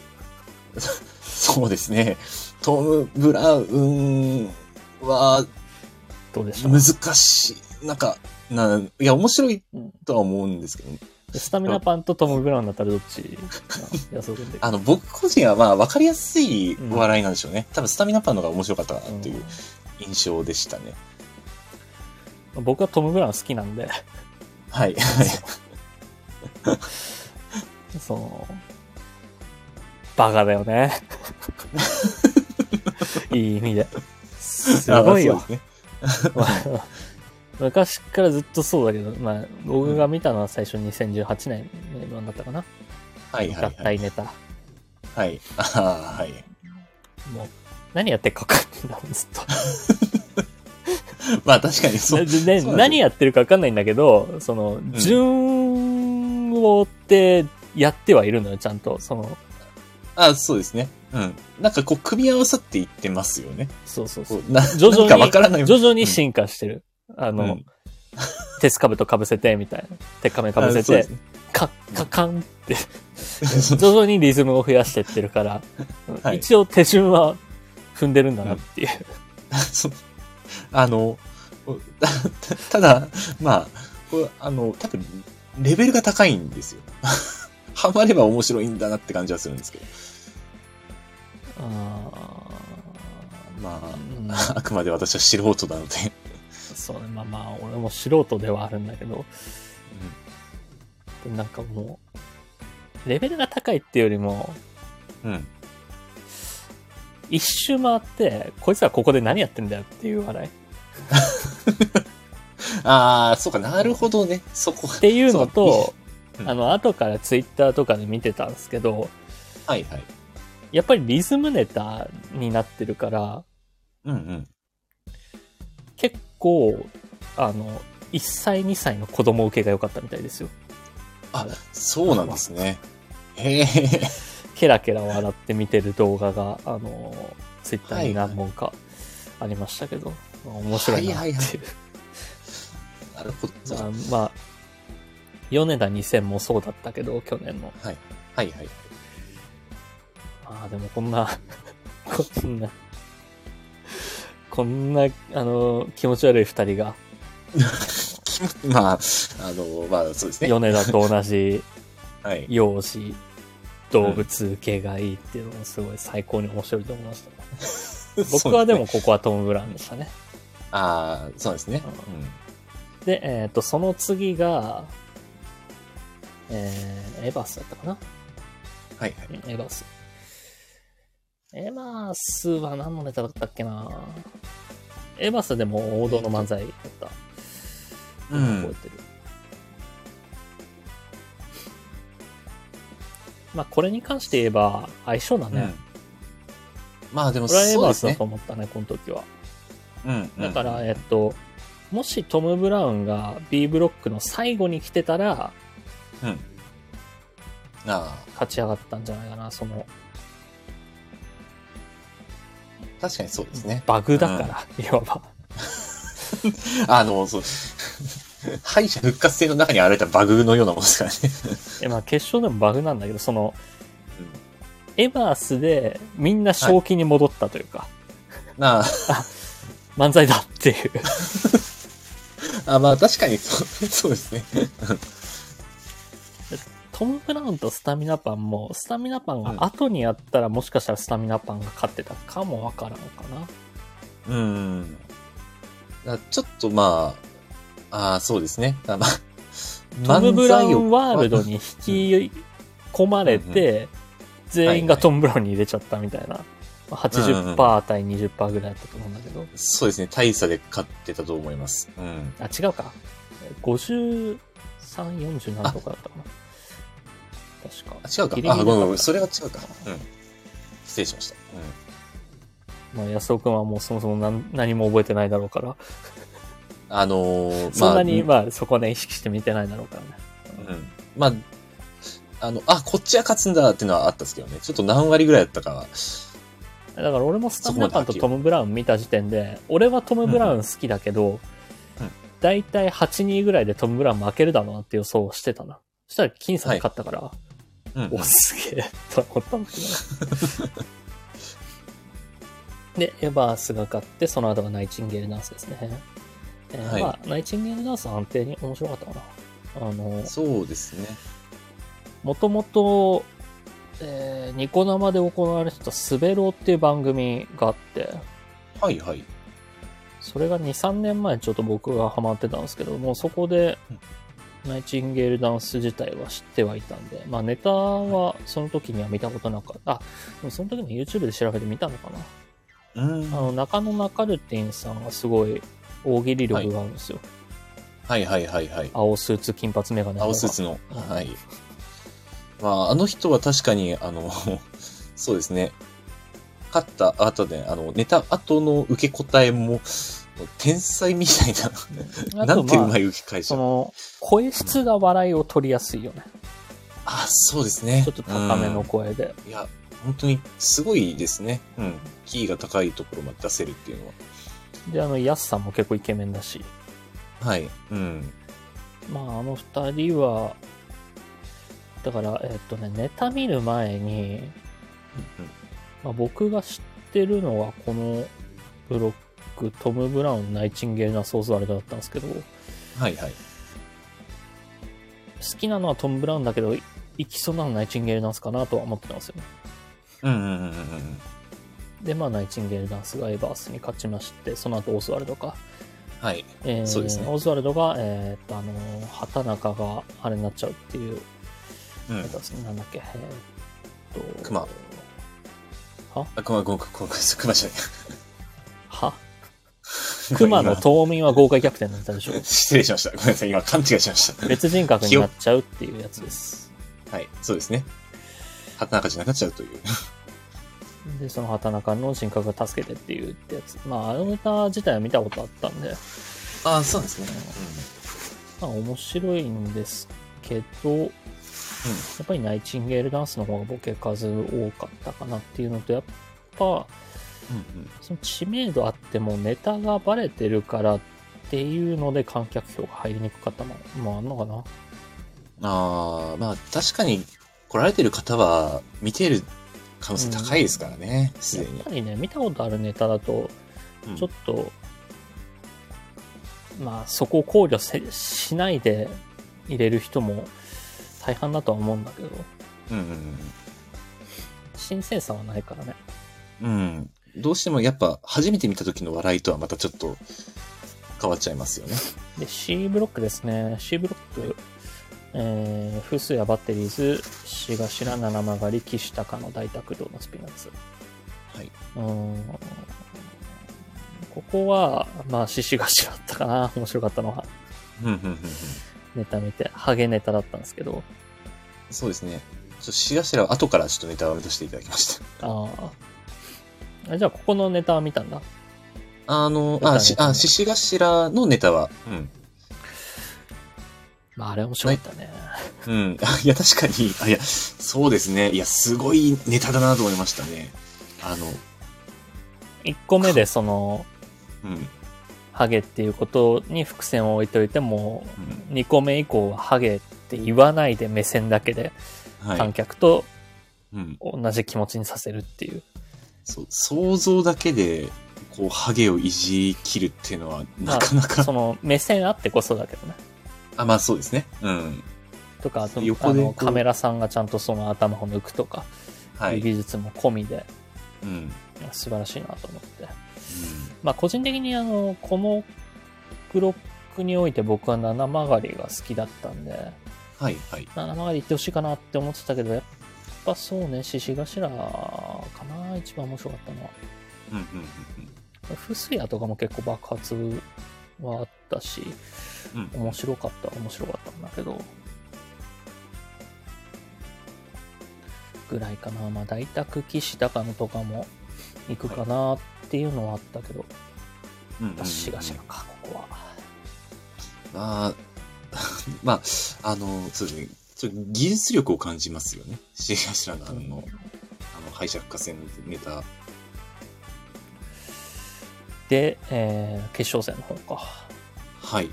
そうですね。トム・ブラウンはどうでした難しい。なんか、なんいや、面白いうんとは思うんですけど、ね、スタミナパンとトム・ブラウンだったらどっち予測できる。あの、僕個人はまあ分かりやすいお笑いなんでしょうね。多分スタミナパンの方が面白かったなという印象でしたね。うん僕はトム・ブラウン好きなんで、はい。その、バカだよ ね。いい意味で。すごいあよ そ。うですねまあ昔からずっとそうだけど、まあ、僕が見たのは最初2018年の M1 だったかな。はいは合いはい。体ネタ。はい。ああ、はい。もう、何やってるか分かってんだもん、ずっと。まあ確かに そう。でねそうなんですよ何やってるか分かんないんだけど、その、順を追ってやってはいるのよ、ちゃんと。その、あそうですね。うん。なんかこう、組み合わさっていってますよね。そうそうそこう。うな徐々になんかわからない。徐々に進化してる。あの、うん鉄カブとかぶせて、みたいな。鉄仮面かぶせあそうでてす、ねカッカカンって、徐々にリズムを増やしてってるから、はい一応手順は踏んでるんだなっていう。そう あの、 たただ、まあ、これあの、多分、レベルが高いんですよ。 ハマれば面白いんだなって感じはするんですけど。あまーあ、うんあくまで私は素人なので。そうね、まあまあ、俺も素人ではあるんだけど、なんかもう、レベルが高いっていうよりも、うん。一周回って、こいつらここで何やってんだよっていう笑い。っああ、そうか、なるほどね。そこ。ていうのと、そううんあの、後からツイッターとかで見てたんですけど、はいはい。やっぱりリズムネタになってるから、うんうん。結構、あの、1歳2歳の子供受けが良かったみたいですよ。あ、そうなんですね。へえ。ケラケラ笑って見てる動画が、あの、ツイッターに何本かありましたけど、まあ面白いなっていう。はいはいなるほど。は あまあ、米田2000もそうだったけど、去年の。い。はいはい。 ああ、でもこんな、こんな、こんな、あの、気持ち悪い二人が、気持ちまあ、あの、まあ、そうですね。米田と同じはい。容姿、動物系がいいっていうのもすごい最高に面白いと思いました。僕はで そうもすね。ここはトム・ブラウンでしたね。ああ、そうですね。うんで、えっ、と、その次が、えー、エバースだったかなはいはい。うんエバース。エバースは何のネタだったっけなエバースはでも王道の漫才だった。うん覚えてる。まあ、これに関して言えば、相性だうんね。まあでも、これはエそうバーでスすだねと。思ったね、この時は。うんだから、えっと、もしトム・ブラウンが B ブロックの最後に来てたら、うん。あ勝ち上がったんじゃないかな、その、あ、確かにそうですね。バグだから、いわば。あの、そう。敗者復活戦の中に現れたバグのようなものですからね。 えまあ、決勝でもバグなんだけど、その、エバースでみんな正気に戻ったというか、なあ、漫才だって いう。あまあ確かにそうそうですね。トム・ブラウンとスタミナパンも、スタミナパンが後にやったら、もしかしたらスタミナパンが勝ってたかもわからんかな。うん。だちょっとまあ、ああ、そうですね。あまあ、トム・ブラウ漫才ンをワールドに引き込まれて、全員がトム・ブラウンに入れちゃったみたいな。まあ80%対20%ぐらいだったと思うんだけど。そうですね。大差で勝ってたと思います。うん。あ、違うか。53、47とかだったかな。確かあ。違うか。ギリギリだったあ、ごめんごめん。それは違うか。うん。失礼しました。うん。まあ、安尾くんはもうそもそも何何も覚えてないだろうから。あのー、まあそんなに、まあ、そこはね、意識して見てないだろうからね。うんまあ、あの、あ、こっちは勝つんだっていうのはあったんですけどね。ちょっと何割ぐらいだったかは。だから俺もスタミナパンとトム・ブラウン見た時点で、俺はトム・ブラウン好きだけどうんうん、大体8-2ぐらいでトム・ブラウン負けるだろうなって予想をしてたな。そしたら僅差で勝ったから、うんお、すげえ、と思ったんだけど。で、エバースが勝って、その後がナイチンゲールダンスですね。えーはいまあ、ナイチンゲールダンスは安定に面白かったかな。あの、そうですね。もともと、えーニコ生で行われてたスベローっていう番組があって、はいはい。それが2、3年前ちょっと僕がハマってたんですけど、もうそこでうん、ナイチンゲールダンス自体は知ってはいたんで、まあネタはその時には見たことなかった。あ、でもその時も YouTube で調べてみたのかな。うん。あはの、中野中ルティンさんはすごい大喜利力があるんですよ。いはいはいはい。青スーツ、金髪メガネ。青スーツの。うんはい。まあ、あの人は確かに、あの、 そうですね。勝った後で、あの、ネタ後の受け答えも、天才みたいな。あなとんてうままあ、い受け返しそだ。の、声質が笑いを取りやすいよね。あ、そうですね。ちょっと高めうのん声で。いや、本当にすごいですね。うん。キーが高いところまで出せるっていうのは。で、あの、ヤスさんも結構イケメンだし。はい。うん。まあ、あの二人は、だから、えっとね、ネタ見る前に、まあ、僕が知ってるのは、このブロック、トム・ブラウン、ナイチンゲールなソースワルドだったんですけど、好はいはい。きなのはトム・ブラウンだけど、いいきそうなのナイチンゲールダンスかなとは思ってたんですよね。うんうんうんうんうん。で、まあ、ナイチンゲールダンスがエバースに勝ちまして、その後オスワルドか。はい。えーそうですねオズワルドが、えーっと、あのー、畑中があれになっちゃうっていう、うえんっ。となんだっけ、えーっと、熊あ、熊、熊、熊、熊じゃない。は熊の今冬眠は豪快逆転だったでしょ失礼しました。ごめんなさい。今、勘違いしました。別人格になっちゃうっていうやつです。はい。そうですね。畑中じゃなくなっちゃうという。で、その畑中の人格が助けてっていうってやつ。まあ、あのネタ自体は見たことあったんで、ああ、そうですね。まあ面白いんですけど、やっぱりナイチンゲールダンスの方がボケ数多かったかなっていうのと、やっぱ、うん。うんその知名度あってもネタがバレてるからっていうので観客票が入りにくかったのもあんのかな。うん。ああ、まあ、確かに、来られてる方は、見てる可能性高いですからね。すやでっに。ぱりね、見たことあるネタだと、うんちょっと、まあそこを考慮せしないで入れる人も大半だとは思うんだけど、うんうん新鮮さはないからね。うん。うん。どうしてもやっぱ初めて見た時の笑いとはまたちょっと変わっちゃいますよね。で、C ブロックですね。C ブロック。えー、風水やバッテリーズ、しがしら七曲り、岸高の大卓道のスピナッツ。はい。うーん。ここは、まあ、獅子頭だったかな。面白かったのは。うんうんうんうん。ネタ見て、ハゲネタだったんですけど。そうですね。ちょっと、しがしらは後からちょっとネタを出していただきました。あーあ。じゃあ、ここのネタは見たんだ。あその、うだあ、ねし、あ、ししがしらのネタは、うん。まあ、あれ面白かったね。うん。 あいや、確かに、あ、いや、そうですね。いや、すごいネタだなと思いましたね。あの、 1個目で、その、うん。ハゲっていうことに伏線を置いといても、うん2個目以降はハゲって言わないで目線だけでは観い。客とうん。同じ気持ちにさせるって いう。そう、想像だけで、こう、ハゲをいじり切るっていうのは、なかなまあか、その目線あってこそだけどね。あ、まあそうですね。うん。とか、あと横あでこのうカメラさんがちゃんとその頭を抜くとか、はいうい。技術も込みでうん。うん素晴らしいなと思って。まあ個人的にあの、このブロックにおいて僕は七曲りが好きだったんで、はい、はい。七曲り行ってほしいかなって思ってたけど、やっぱそうね、獅子頭かな、一番面白かったのは。うん、うん、フスヤとかも結構爆発はあったし、うんうん。面白かったは面白かったんだけど、ぐらいかな。まあ大宅騎士高野とかも行くかなっていうのはあったけど、うんうんうん。私がしらか、ここは。まあ、 まあ、あの、そうですね。ちょっと技術力を感じますよね。シェイガシラのあの、あの、敗者復活戦のネタ。で、えー決勝戦の方か。はい。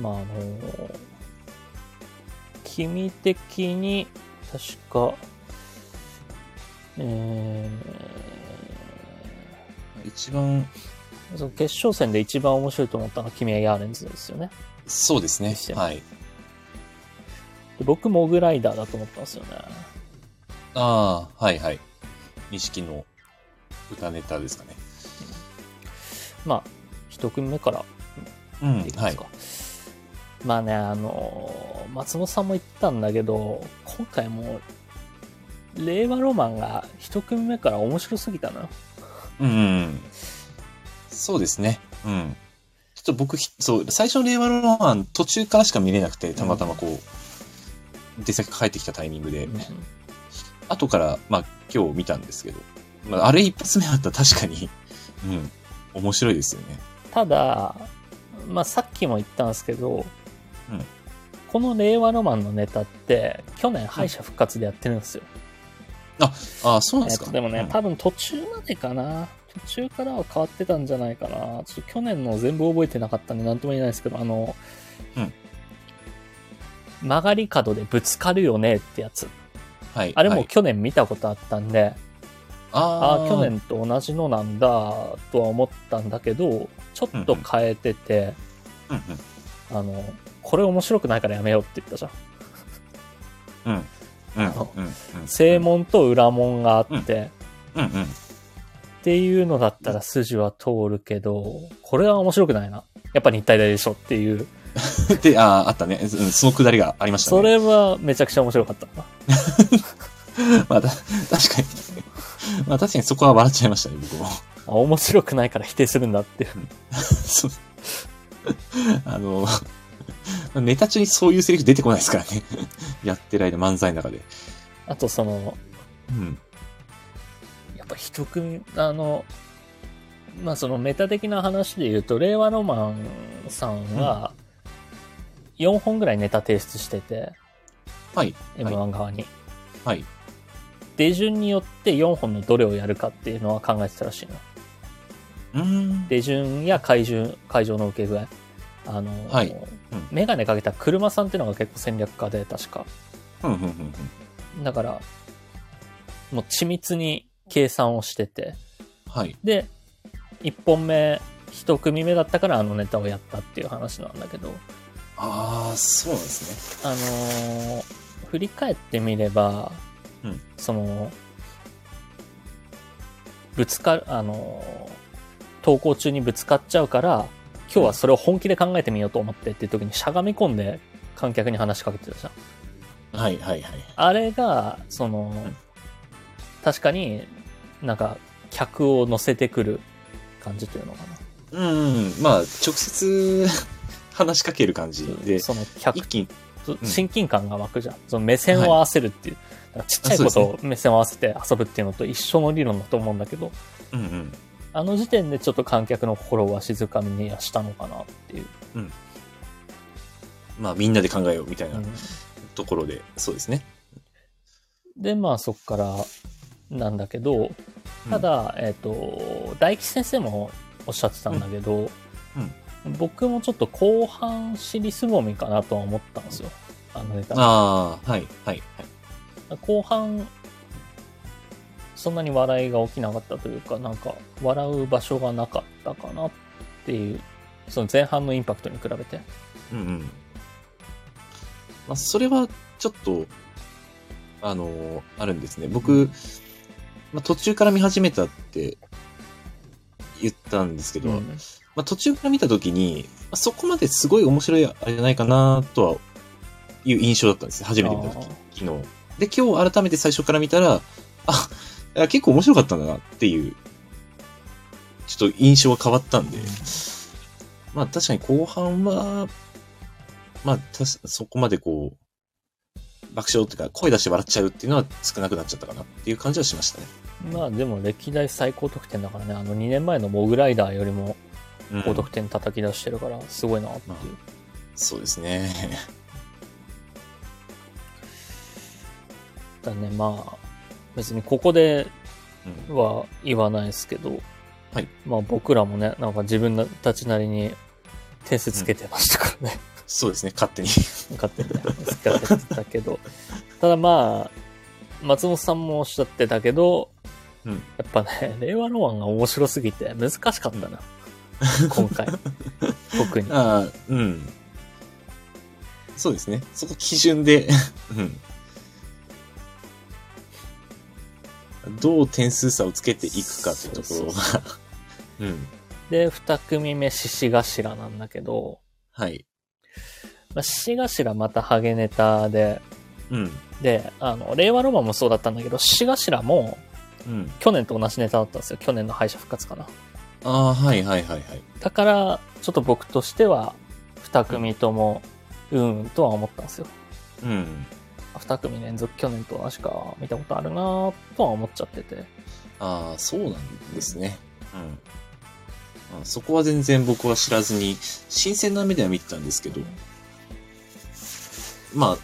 まああのー君的に、確か、え一番、ーその決勝戦で一番面白いと思ったのは君はヤーレンズですよね。そうですねです。よねはい。で僕、モグライダーだと思ったんですよね。ああ、はいはい。錦の歌ネタですかね。まあ、一組目からうんっていうんはでいす。か。まあね、あのー松本さんも言ったんだけど、今回もう、令和ロマンが一組目から面白すぎたのよ。うんうんうん。そうですね。うん。ちょっと僕ひ、そう、最初の令和ロマン途中からしか見れなくて、たまたまこう、出先帰ってきたタイミングで、後から、まあ今日見たんですけど、まああれ一発目だったら確かに、うん、面白いですよね。ただ、まあさっきも言ったんですけど、うんこの令和ロマンのネタって、去年敗者復活でやってるんですよ。ああ、そうなえんでっすか。と、でもね、うん多分途中までかな。途中からは変わってたんじゃないかな。ちょっと去年の全部覚えてなかったんで、なんとも言えないですけど、あの、うん曲がり角でぶつかるよねってやつ。はい。あれはもい去年見たことあったんで、あああ、あ、去。年と同じのなんだとは思ったんだけど、ちょっと変えてて、うんあの、これ面白くないからやめようって言ったじゃん。うん。うん。うん。うん。うん正。門と裏門があって、うんうん。っていうのだったら筋は通るけど、これは面白くないな。やっぱ日体大でしょっていう。で、ああ、あったね。うんそのくだりがありましたね。それはめちゃくちゃ面白かったな。まあ、た確かに。まあ、確かにそこは笑っちゃいましたね、僕も。あ面白くないから否定するんだっていう。そうあの、ネタ中にそういうセリフ出てこないですからね。やってる間、漫才の中で。あとその、うん。やっぱ一組、あの、まあそのメタ的な話で言うと、令和ロマンさんは、4本ぐらいネタ提出してて、はい。はい M1 側に。はい。手順によって4本のどれをやるかっていうのは考えてたらしいな。うーん。手順や会順、会場の受け具合。あの、はいうんメガネかけた車さんっていうのが結構戦略家で、確か。うん、うん、うんだから、もう緻密に計算をしてて、はい。で、1本目、1組目だったからあのネタをやったっていう話なんだけど、ああ、そうなんですね。あのー振り返ってみれば、うんその、ぶつかる、あのー投稿中にぶつかっちゃうから、今日はそれを本気で考えてみようと思ってっていう時にしゃがみ込んで観客に話しかけてたじゃん。はいはいはい。あれが、その、確かになんか客を乗せてくる感じというのかな。うん、うん。まあ、直接話しかける感じで、その客一気に、そうん親近感が湧くじゃん。その目線を合わせるっていう。だからちっちゃいこあそうと目線を合わせて遊ぶっていうのと一緒の理論だと思うんだけど、うんうん。あの時点でちょっと観客の心をわしづかみにはしたのかなっていう。まあ、みんなで考えようみたいなうんところで、そうですね。で、まあそっからなんだけど、ただ、えっ、と、大吉先生もおっしゃってたんだけど、うん僕もちょっと後半尻すぼみかなとは思ったんですよ。あのネタ。ああ、はいはいはい。後半そんなに笑いが起きなかったというかなんか笑う場所がなかったかなっていうその前半のインパクトに比べてうんうん。まあ、それは、ちょっと、あのーあるんですね。僕、まあ、途中から見始めたって言ったんですけど、うんまあ、途中から見たときに、まあそこまですごい面白いあれじゃないかなとは、いう印象だったんですよ初めて見たとあき、昨日。で、今日改めて最初から見たら、あ、いや結構面白かったんだなっていう、ちょっと印象が変わったんで、まあ確かに後半は、まあたしそこまでこう、爆笑っていうか声出して笑っちゃうっていうのは少なくなっちゃったかなっていう感じはしましたね。まあでも歴代最高得点だからねあの2年前のモグライダーよりもうん高得点叩き出してるからすごいなっていう、そうですね。だねまあ別にここでうんは言わないですけど、はいまあ僕らもねなんか自分たちなりに点数つけてましたからね、そうですね、勝手に。 勝手にね、好き勝手だけど、ただまあ、松本さんもおっしゃってたけど、うんやっぱね、令和ロマンが面白すぎて難しかったな。今回。特に。ああ、うん。そうですね。そこ基準で、 うん。どう点数差をつけていくかっていうところが、 うん。で、二組目、獅子頭なんだけど、はい。まあ獅子頭またハゲネタで、うん。で、あの、令和ロマンもそうだったんだけど、獅子頭もうん。去年と同じネタだったんですよ。去年の敗者復活かな。ああ、はいはいはいはい。だから、ちょっと僕としては、二組とも、うん、うんとは思ったんですよ。うん。 2組連続去年と確か見たことあるなぁとは思っちゃってて。ああ、そうなんですね。うん。あそこは全然僕は知らずに、新鮮な目では見てたんですけど、まあ、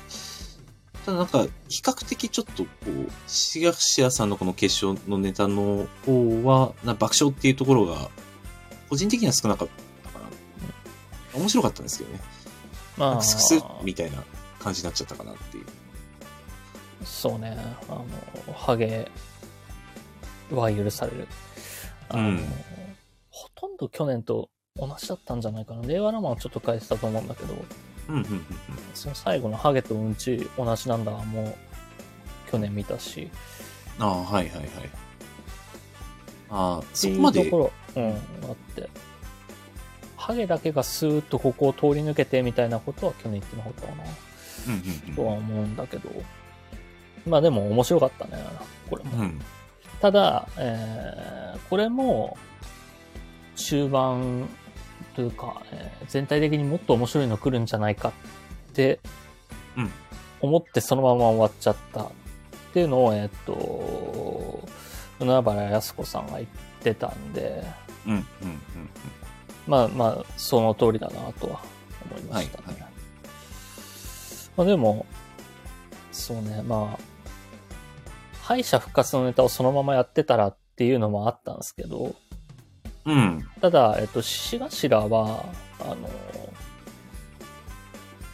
ただなんか、比較的ちょっとこう、シガシアさんのこの決勝のネタの方は、な爆笑っていうところが、個人的には少なかったかな。面白かったんですけどね。なんまあ、かスクスッみたいな感じになっちゃったかなっていう。そうね、あの、ハゲは許される。あのうんほとんど去年と同じだったんじゃないかな。令和ロマンはちょっと変えてたと思うんだけど、うんうんうんうん。その最後のハゲとうんち同じなんだはもう去年見たし、ああ、はいはいはい。ああ、ってそいこうまとで。ころ、うん、あって。ハゲだけがスーッとここを通り抜けてみたいなことは去年言ってなかったかな。うんうんとは思うんだけど、まあでも面白かったね、これも。うん。うん。ただ、えーこれも、中盤というか、えー全体的にもっと面白いの来るんじゃないかってうん、思ってそのまま終わっちゃったっていうのを、えーっと、海原靖子さんが言ってたんで、うんうんうんまあまあ、その通りだなとは思いましたね。はいはまあでも、そうね、まあ、敗者復活のネタをそのままやってたらっていうのもあったんですけど、うん。うん。ただ、えっと、獅子頭は、あの、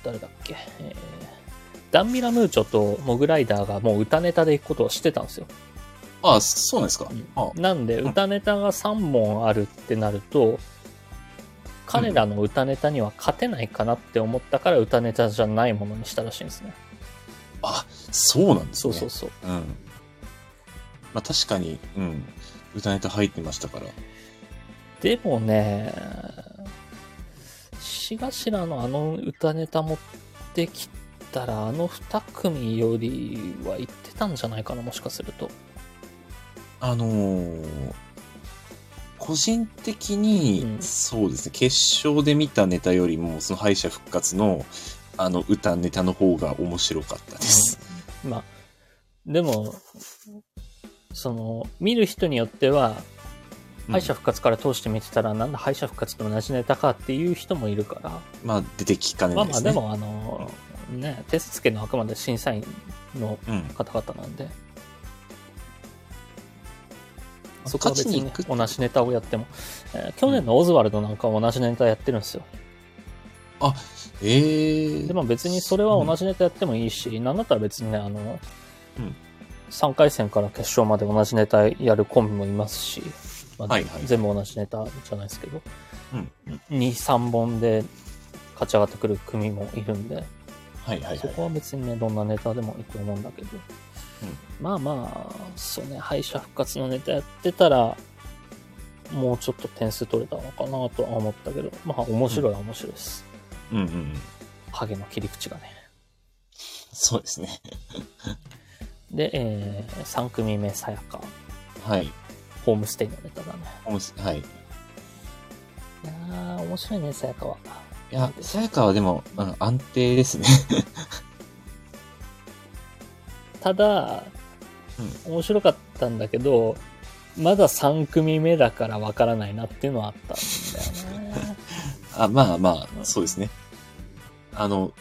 誰だっけ、えーダンミラムーチョとモグライダーがもう歌ネタで行くことをしてたんですよ。ああ、そうなんですか。あなんで、うん歌ネタが3本あるってなると、彼らの歌ネタには勝てないかなって思ったから、歌ネタじゃないものにしたらしいんですね。そうなんですそうね。そうそう。うん。まあ確かに、うん。歌ネタ入ってましたから。でもね、しがしらのあの歌ネタ持ってきたら、あの2組よりは言ってたんじゃないかな、もしかすると。あのー個人的に、うんそうですね、決勝で見たネタよりも、その敗者復活の、あの、歌ネタの方が面白かったです。まあ、でも、その、見る人によっては、敗者復活から通して見てたら、なんだ敗者復活と同じネタかっていう人もいるから、まあ、出てきかねまなあいでまあすでね。も、あの、ね、手つけのあくまで審査員のうん。方々なんで、そそっこかは別勝ちににね行くって同じネタをやっても、えー去年のオズワルドなんかは同じネタやってるんですよ。ええでも別にそれは同じネタやってもいいし、なんだったら別にね、あの、うん3回戦から決勝まで同じネタやるコンビもいますし、まあはいはい全部同じネタじゃないですけど、うんうん2、3本で勝ち上がってくる組もいるんで、はいはいはそい。こは別にね、どんなネタでもいいと思うんだけど、まあまあ、そうね、敗者復活のネタやってたら、もうちょっと点数取れたのかなとは思ったけど、まあ面白いは面白いです。うんうんうん。ハゲの切り口がね。そうですね。で、えー、3組目、さやか、はい。ホームステイのネタだね。おもしはい。いいやー、面白いね、さやかは。や、さやかはでも、うん、安定ですね。 ただ、面白かったんだけど、まだ3組目だからわからないなっていうのはあったんだよね。あ、まあまあ、そうですね。あの、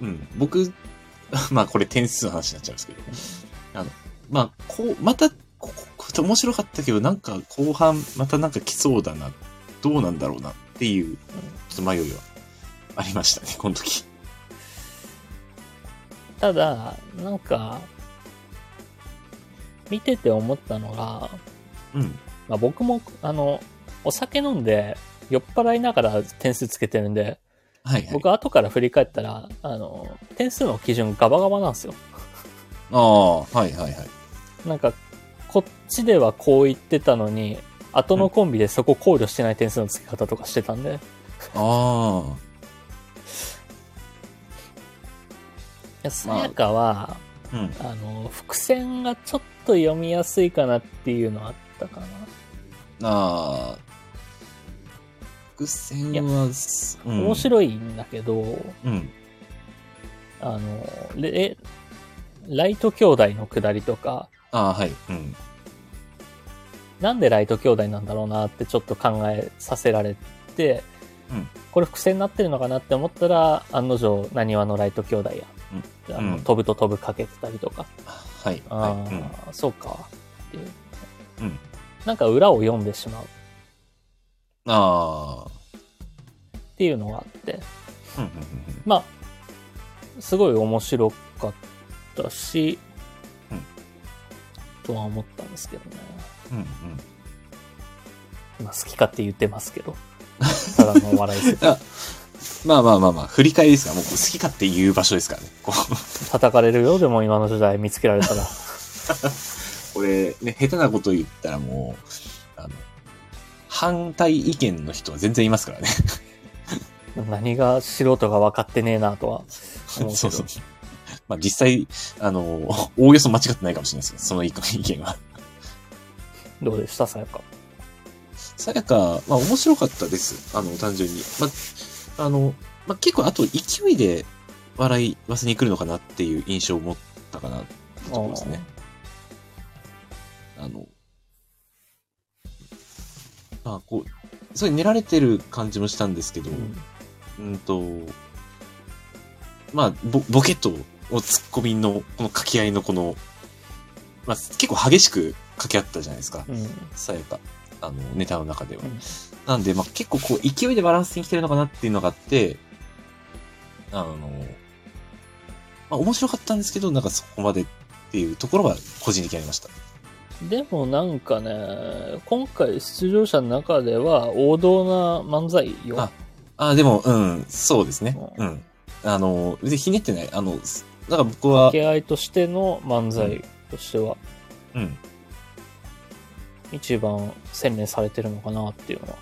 うん、僕、 まあこれ点数の話になっちゃうんですけど、あの、まあ、こう、また、こここ面白かったけど、なんか後半、またなんか来そうだな、どうなんだろうなっていう、ちょっと迷いはありましたね、この時。ただ、なんか、見てて思ったのが、うん。まあ、僕も、あの、お酒飲んで、酔っ払いながら点数つけてるんで、はいはい。僕後から振り返ったら、あの、点数の基準ガバガバなんですよ。ああ、はいはいはい。なんか、こっちではこう言ってたのに、後のコンビでそこ考慮してない点数の付け方とかしてたんで、あさやかは、あ、うん。あの、伏線がちょっと読みやすいかなっていうのはあったかな。ああ、伏線は、うん面白いんだけど、うん。あの、で、えライト兄弟のくだりとか、ああ、はい。うん。なんでライト兄弟なんだろうなってちょっと考えさせられて、うんこれ伏線になってるのかなって思ったら、案の定、なにわのライト兄弟や。んあのうん飛ぶと飛ぶかけてたりとか、はい。ああ、はい。うんそうかっていう。うんなんか裏を読んでしまうっああ。ていうのがあって、うんうんまあ、すごい面白かったし、うんとは思ったんですけどね。うんうん。まあ、好き勝手言ってますけど。ただのお笑いです。あまあまあまあまあ、振り返りですから、もう好き勝手言う場所ですからね。こ叩かれるよ、でも今の時代見つけられたら。う、俺、ね、下手なこと言ったらもう、あの、反対意見の人は全然いますからね。何が素人が分かってねえなとは思うけど。 そうそう。まあ実際、あの、おおよそ間違ってないかもしれないですけど、その意見は。どうでしたさやか。さやか、まあ面白かったです。あの、単純に。まあ、あの、まあ結構あと勢いで笑い忘れに来るのかなっていう印象を持ったかなってところですね。あの、まあ、こう、それ練られてる感じもしたんですけど、うんうんと、まあ、ボボケとおツッコミのこの掛け合いのこの、まあ、結構激しく掛け合ったじゃないですか、うん。さやか、あの、ネタの中では。うんなんで、まあ、結構こう、勢いでバランスに来てるのかなっていうのがあって、あの、まあ、面白かったんですけど、なんかそこまでっていうところは個人的にありました。でもなんかね、今回出場者の中では王道な漫才よ。あああ、でも、うん、そうですね。ううん。あの、別にひねってない。あの、すだから僕は掛、け合いとしての漫才としては、うん。一番洗練されてるのかなっていうのは。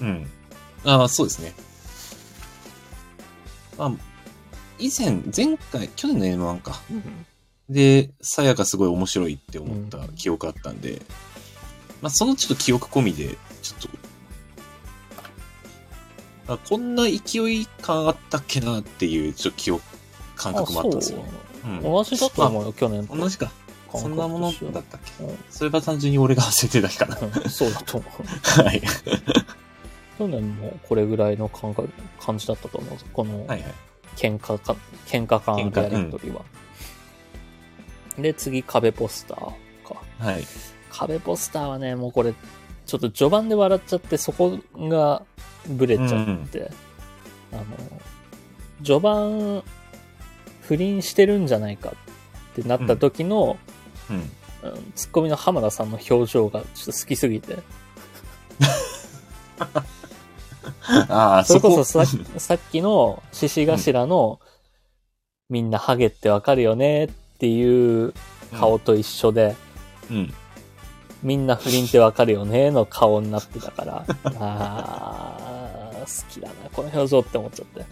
うん。ああ、そうですね。あ、以前、前回、去年の M1 か。で、さやがすごい面白いって思った記憶あったんで、まあ、そのちょっと記憶込みで、ちょっと、あこんな勢い感あったっけなっていう、ちょっと記憶、感覚もあったんですよね。うん同じだと思うよ、去年と。同じか。そんなものだったっけうんそれは単純に俺が忘れてただけか な。うんそうだと思う。はい。去年もこれぐらいの感覚感じだったと思う。このはいはい。喧嘩か、喧嘩感あるやりとりは。で、次、壁ポスターか。はい。壁ポスターはね、もうこれ、ちょっと序盤で笑っちゃって、そこがブレちゃって、あの、序盤、不倫してるんじゃないかってなった時の、うん。うんツッコミの浜田さんの表情がちょっと好きすぎて、ああ、それこそそさこ さっきの獅子頭の、みんなハゲってわかるよねっていう顔と一緒で、うん。みんな不倫ってわかるよねの顔になってた から、あー、好きだな、この表情って思っちゃって。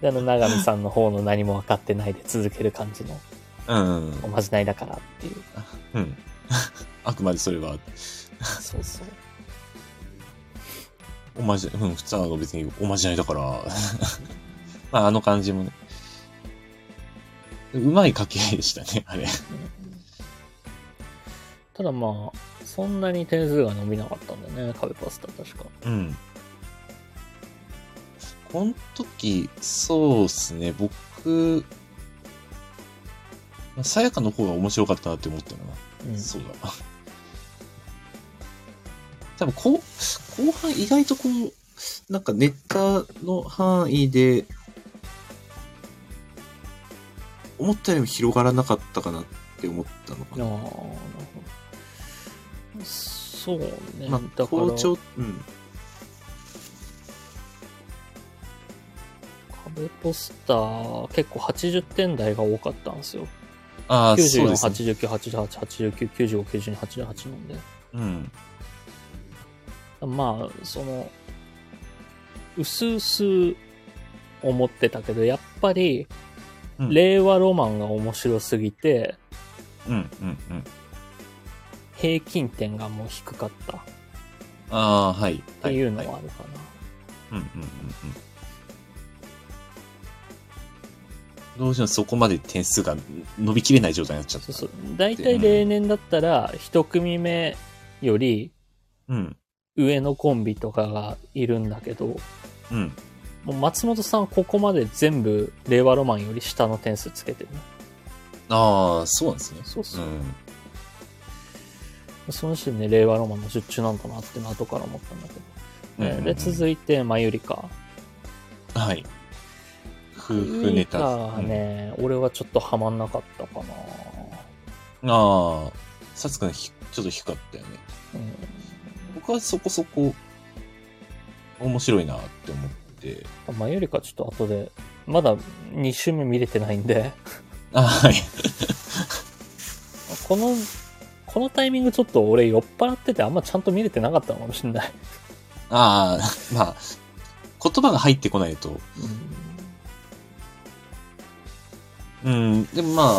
で、あの、長見さんの方の何も分かってないで続ける感じのうん。うんおまじないだからっていう。うん。 あくまでそれは、そうそう。おまじ、うん、普通なの別におまじないだから。 まあ、あの感じもね。うまい掛け合いでしたね、 あれ。ただまあ、そんなに点数が伸びなかったんだよね、壁パスタ確か。うん。この時、そうっすね、僕、まあさやかの方が面白かったなって思ったのな。うん。そうだな。多分こう、後半意外とこう、なんかネタの範囲で、思ったよりも広がらなかったかなって思ったのあかあ、なるな。ほど。そうね。まあ、だから校長、うん。壁ポスター、結構80点台が多かったんですよ。ああ、そう94、ですね。 89、88、89、95、92、88なんで。うん。まあ、その、うすうす思ってたけど、やっぱり、うん令和ロマンが面白すぎて、うん、うん、うん。平均点がもう低かったっああ、はい。っていうのははあるかな。うんうんうんうん。どうしてもそこまで点数が伸びきれない状態になっちゃった。そうそう。大体例年だったら、一組目よりうん。上のコンビとかがいるんだけど、うん。もう松本さんここまで全部令和ロマンより下の点数つけてるね。ああ、そうなんですね。そうそうう。ん。その時点で令和ロマンの術中なんだなってのは後から思ったんだけど。うんうんえうーんで、続いて、マユリカ。はい。夫婦ネタ。マユリカはね、俺はちょっとハマんなかったかな。うんああ、さつくんひちょっと低かったよね。うん。僕はそこそこ面白いなって思って。マユリカちょっと後で、まだ2周目見れてないんで、あはい。この、このタイミングちょっと俺酔っ払っててあんまちゃんと見れてなかったのかもしれない。ああ、まあ、言葉が入ってこないとうん、でもまあ、あ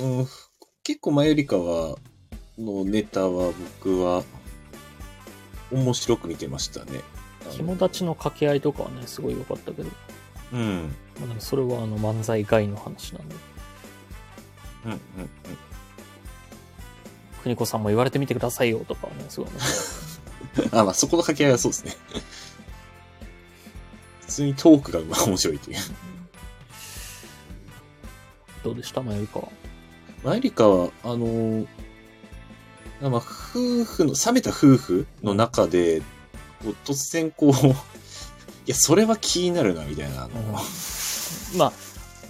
の、うん、結構マユリカは、のネタは僕は、面白く見てましたね。友達の掛け合いとかはね、すごい良かったけど、うん。うん、まあでもそれはあの漫才外の話なんで。うん、うん。邦子さんも言われてみてくださいよとかはね、すごい面白い。あ、まあそこの掛け合いはそうですね。 普通にトークが面白いという。 どうでしたマユリカは。マユリカは、あのーまあ、夫婦の、冷めた夫婦の中で、こう突然こう、いや、それは気になるな、みたいな、あの、うんまあ、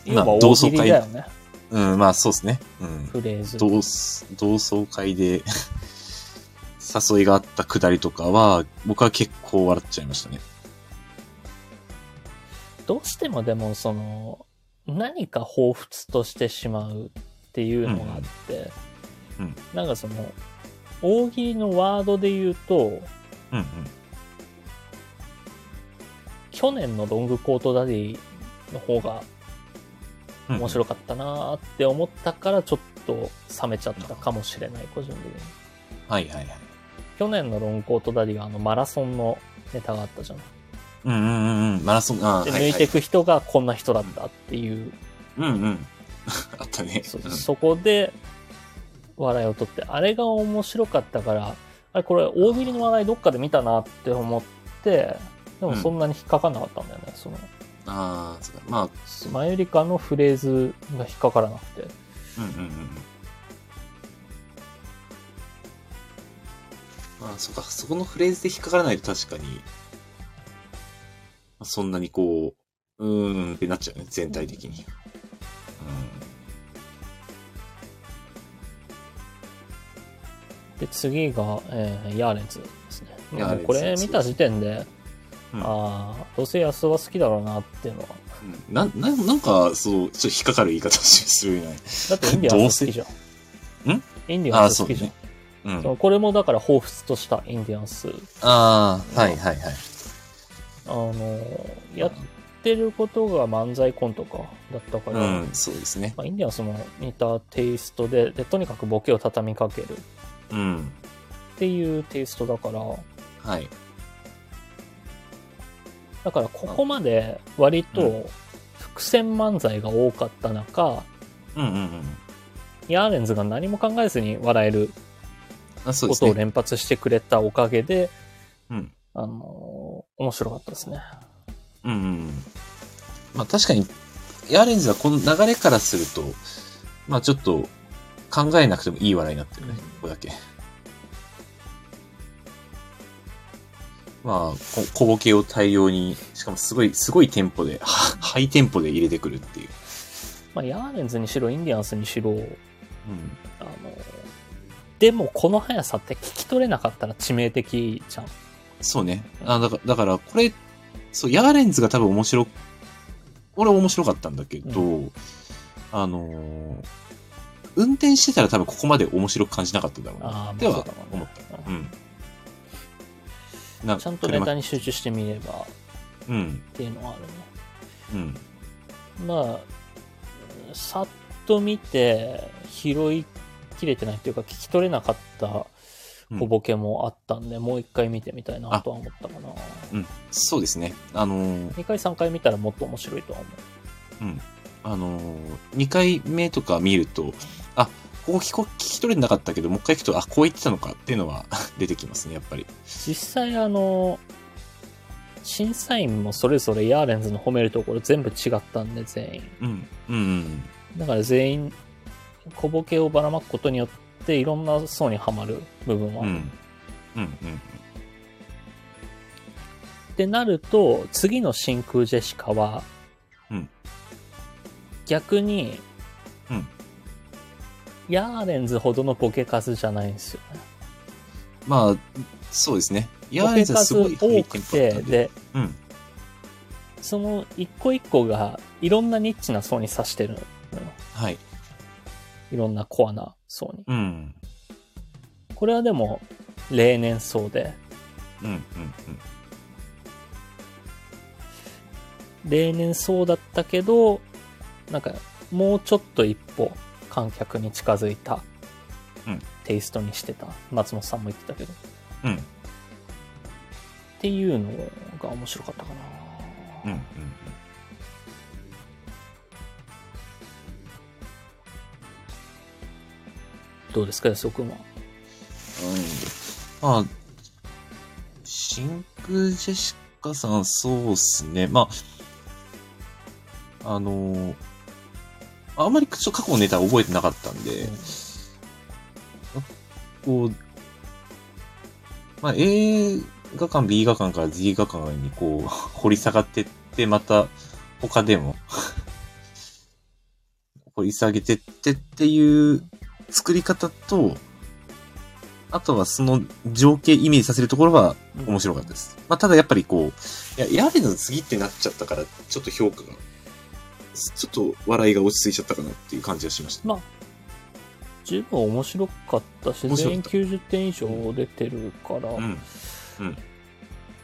いまわあば大喜利だよね、うん、まあそうですね。うん。フレーズ。同す同窓会で 誘いがあったくだりとかは、僕は結構笑っちゃいましたね。どうしてもでも、その、何か彷彿としてしまうっていうのがあって、うんうんなんかその、大喜利のワードで言うと、うんうん。去年のロングコートダディの方が うん面白かったなーって思ったから、ちょっと冷めちゃったかもしれない、個人的に。はいはいはい。去年のロングコートダディはあのマラソンのネタがあったじゃん。うんうんうんうん。マラソン、あーで、はい抜いていく人がこんな人だったっていう、はい、うんうん。 あったね。そうんそこで笑いを取って、あれが面白かったから、あれこれ大喜利の話題どっかで見たなって思って、でもそんなに引っかかんなかったんだよね。その、ああ、そうか。まスマユリカのフレーズが引っかからなくて。あ、うんうんうんうん。まあ、そうか。そこのフレーズで引っかからないと確かに、まあそんなにこう、うーんってなっちゃうね。全体的に。で、次が、えーヤーレンズですね。ヤーレンズもうこれ見た時点で、うんああ、どうせ安は好きだろうなっていうのは。うん。うんな、な、なんか、そう、ちょっと引っかかる言い方するよね。だってインディア ンス好きじゃん。どうインディアあンあ、スそ好うきじゃんね。。うんそ。のこれもだから彷彿としたインディアンス。ああ、はいはいはい。あのー、やってることが漫才コントか、だったから、うん、そうですね。まあ、インディアンスも似たテイストでで、とにかくボケを畳みかけるっうん。ていうテイストだから、はい。だからここまで割と伏線漫才が多かった中、うんうんうん。ヤーレンズが何も考えずに笑えるあ、そうこですとをね。連発してくれたおかげで、うん。あのー面白かったですね。うんうんうん。まあ確かに、ヤーレンズはこの流れからすると、まあちょっと考えなくてもいい笑いになってるうねん、ここだけ。まあ、こ小ボケを大量に、しかもすごい、すごいテンポで、はハイテンポで入れてくるっていう。まあ、ヤーレンズにしろ、インディアンスにしろ、うん。あの、でもこの速さって聞き取れなかったら致命的じゃん。そうね。あだから、だからこれ、そう、ヤーレンズが多分面白、俺は面白かったんだけど、あのー運転してたら多分ここまで面白く感じなかったんだろうあなあ、。でまあはそうだろうね思った。うん。なちゃんとネタに集中してみればっ車うん。ていうのはあるね。うん。まあ、さっと見て拾いきれてないというか聞き取れなかったうん小ボケもあったんで、もう一回見てみたいなとは思ったかな。そうですね。あのー2回3回見たらもっと面白いとは思う。あのー、2回目とか見ると、あ、ここ聞こ聞き取れなかったけど、もう一回聞くと、あ、こう言ってたのかっていうのは 出てきますね、やっぱり。実際あの、審査員もそれぞれヤーレンズの褒めるところ全部違ったんで全員。うん。うんうん。だから全員小ボケをばらまくことによっていろんな層にはまる部分は。うん。うっん。うん。てなると次の真空ジェシカは、うん逆に、うんヤーレンズほどのボケ数じゃないんですよね。まあ、そうですね。ヤボーレケンズはす数ごいハイ多テンくポだてったんで。でうん。その一個一個がいろんなニッチな層に刺してるのよ。はい。いろんなコアな層に。うん。うん。これはでも例年層で、うん。うん。例年そうだったけど、なんかもうちょっと一歩観客に近づいたうんテイストにしてた。松本さんも言ってたけど。っうん。ていうのが面白かったかうん。うな。ん。どうですか、安尾くんは。まあ、真空ジェシカさん、そうっすね。まあ、あのーあんまりちょっと過去のネタ覚えてなかったんで、こう、まあ、A 画館、B 画館から D 画館にこう、掘り下がってって、また、他でも 掘り下げてってっていう作り方と、あとはその情景イメージさせるところはうん面白かったです。まあ、ただやっぱりこう、いや、ヤーレンズの次ってなっちゃったから、ちょっと評価が、ちょっと笑いが落ち着いちゃったかなっていう感じがしました。十分面白かったし、面白全か員った90点以上出てるから、うん。うん。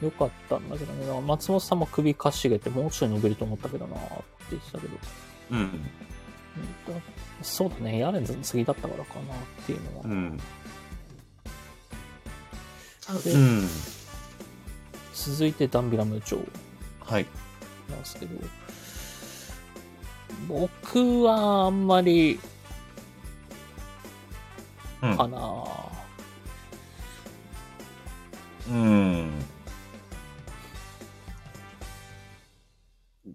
よかったんだけどね。松本さんも首かしげて、もうちょい伸びると思ったけどなーって言ってたけど。うん。うんとそうだね、ヤーレンズの次だったからかなっていうのは。うん。でうん。続いてダンビラム長はい。なんですけど、僕はあんまりうんかなー、うん。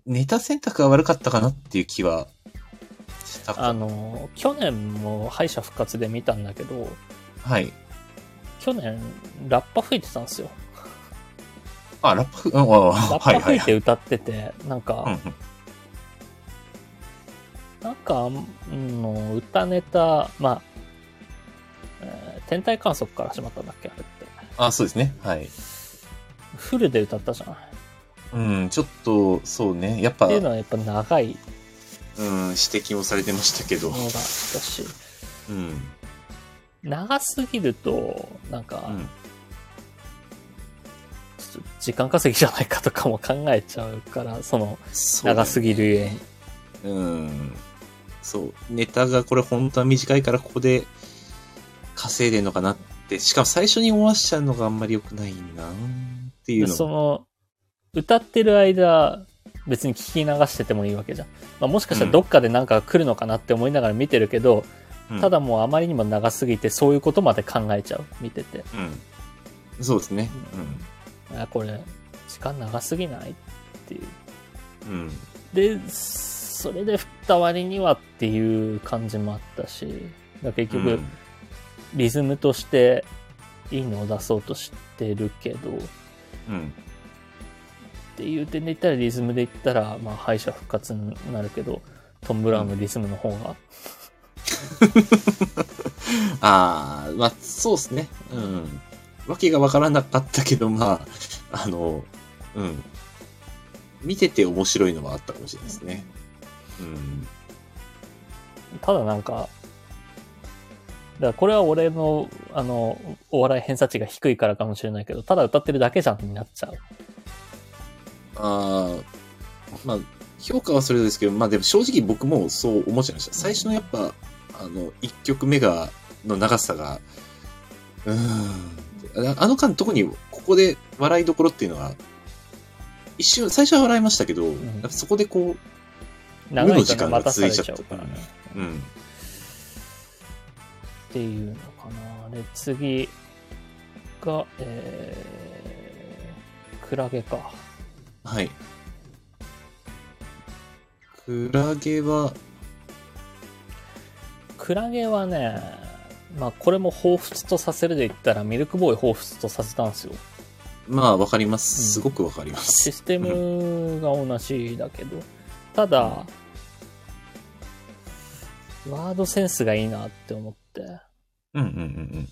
ネタ選択が悪かったかなっていう気はしたかあの、去年も敗者復活で見たんだけど、はい。去年ラッパ吹いてたんですよ。あ、ラップ、うん、あラはッいパは吹いいはい。て歌ってて、なんか、うんうんなんか、うんの歌ネタ、まあ、えー天体観測から始まったんだっけあれって。あ、そうですね。はい。フルで歌ったじゃん。っうん、ちょっと、そうね。やっぱ、、ていううんのはやっぱ長い指摘もされてましたけども。のがあったし、うん。長すぎると、なんか、うん。ちょっと時間稼ぎじゃないかとかも考えちゃうから、その、そう長すぎるゆえに。うん。そう。ネタがこれ本当は短いからここで稼いでんのかなって。しかも最初に思わしちゃうのがあんまり良くないなっていうのそも。の、歌ってる間、別に聞き流しててもいいわけじゃん。まあ、もしかしたらどっかでなんか来るのかなって思いながら見てるけど、うんただもうあまりにも長すぎて、そういうことまで考えちゃう、見てて。うん。そうですね。あこれ時間長すぎないっていううん。うん。でそれで振った割にはっていう感じもあったしだから結う局んリズムとしていいのを出そうとしてるけど、っうん。ていう点で言ったらリズムで言ったら、まあ、敗者復活になるけどトム・ブラウンのリズムの方が、ああ、まあ、そうですね。うん。わけがわからなかったけど、まあ、あの、うん。見てて面白いのはあったかもしれないですね。うん。ただなんかだからこれは俺のあのお笑い偏差値が低いからかもしれないけどただ歌ってるだけじゃんになっちゃうああ、まあ、評価はそれぞれですけど、まあでも正直僕もそう思っちゃいました。最初のやっぱ、あの、一曲目が、の長さが、うーん。ああの間、特にここで笑いどころっていうのは、一瞬、最初は笑いましたけど、んやっぱそこでこう、長い無の時とね間待がたさ続れいちちゃっゃたうからね。うん。っていうのかな。で、次が、えー、クラゲか。はい。クラゲは、クラゲはね、まあこれも彷彿とさせるで言ったらミルクボーイ彷彿とさせたんですよ。まあわかりまうんす。すごくわかりま す。システムが同じだけど、ただ、ワードセンスがいいなって思って。うんうんうん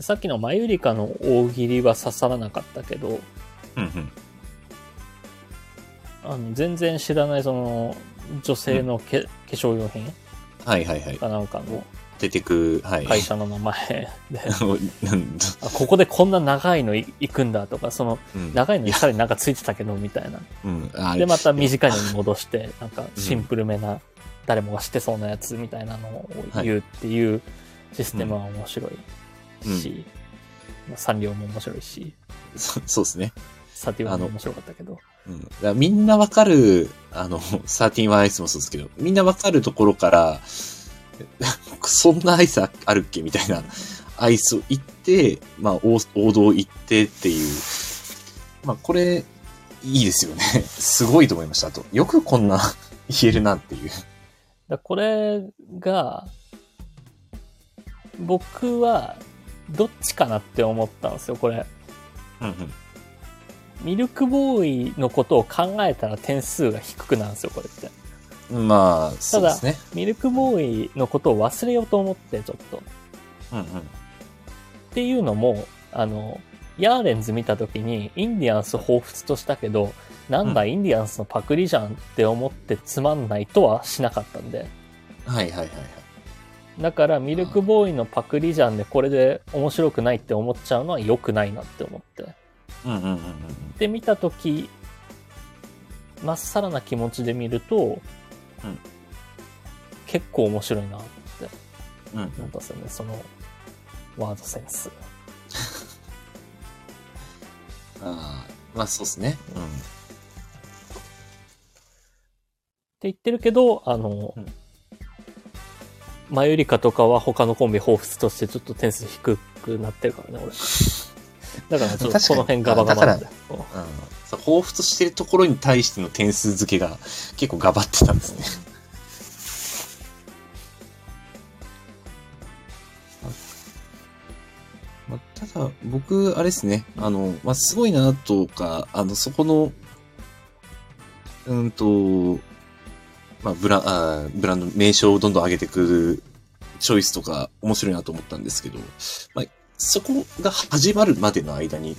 さっきのマユリカの大喜利は刺さらなかったけど、うん。うんうん。あの全然知らないその女性のけ、化粧用品はいはいはい。かなんかの出てく、はい。会社の名前で、なんだあここでこんな長いのい行くんだとか、そのうん長いのにさらになんかついてたけどみたいな。うん。あで、また短いのに戻して、なんかシンプルめな、誰もが知ってそうなやつみたいなのを言うっていうシステムは面白いし、まあサンリオも面白いし、そそうですね。サティワも面白かったけど、うん。だからみんなわかる、あの、サーティワンアイスもそうですけど、みんなわかるところから、 そんなアイスああるっけみたいなアイスを行って、まあ、王王道行ってっていう。まあ、これ、いいですよね。すごいと思いました。あと、よくこんな 言えるなっていう。だこれが、僕は、どっちかなって思ったんですよ、これ。うんうん。ミルクボーイのことを考えたら点数が低くなるんですよ、これって。まあ、そうですね。ミルクボーイのことを忘れようと思って、ちょっと。うんうん。っていうのも、あの、ヤーレンズ見た時に、インディアンス彷彿としたけど、なんだうインディアンスのパクリじゃんって思ってつまんないとはしなかったんで。はいはいはいはい。だから、ミルクボーイのパクリじゃんで、これで面白くないって思っちゃうのは良くないなって思って。うんうんうんうん。で、見た時、まっさらな気持ちで見ると、うん結構面白いなってうんう思っんたんですよね、そのワードセンス。あーまあ、そうですね。うん。って言ってるけど、あの、うんマユリカとかは他のコンビ彷彿としてちょっと点数低くなってるからね、俺。だからちょっとこの辺ガバガバなんで。うんうん。そう、彷彿としてるところに対しての点数付けが結構ガバってたんですね。 まあ、ただ、僕、あれですね、あの、まあ、すごいなとか、あの、そこの、うんと、まあ、ブラン、あーブランド、名称をどんどん上げてくるチョイスとか面白いなと思ったんですけど、まあ、そこが始まるまでの間に、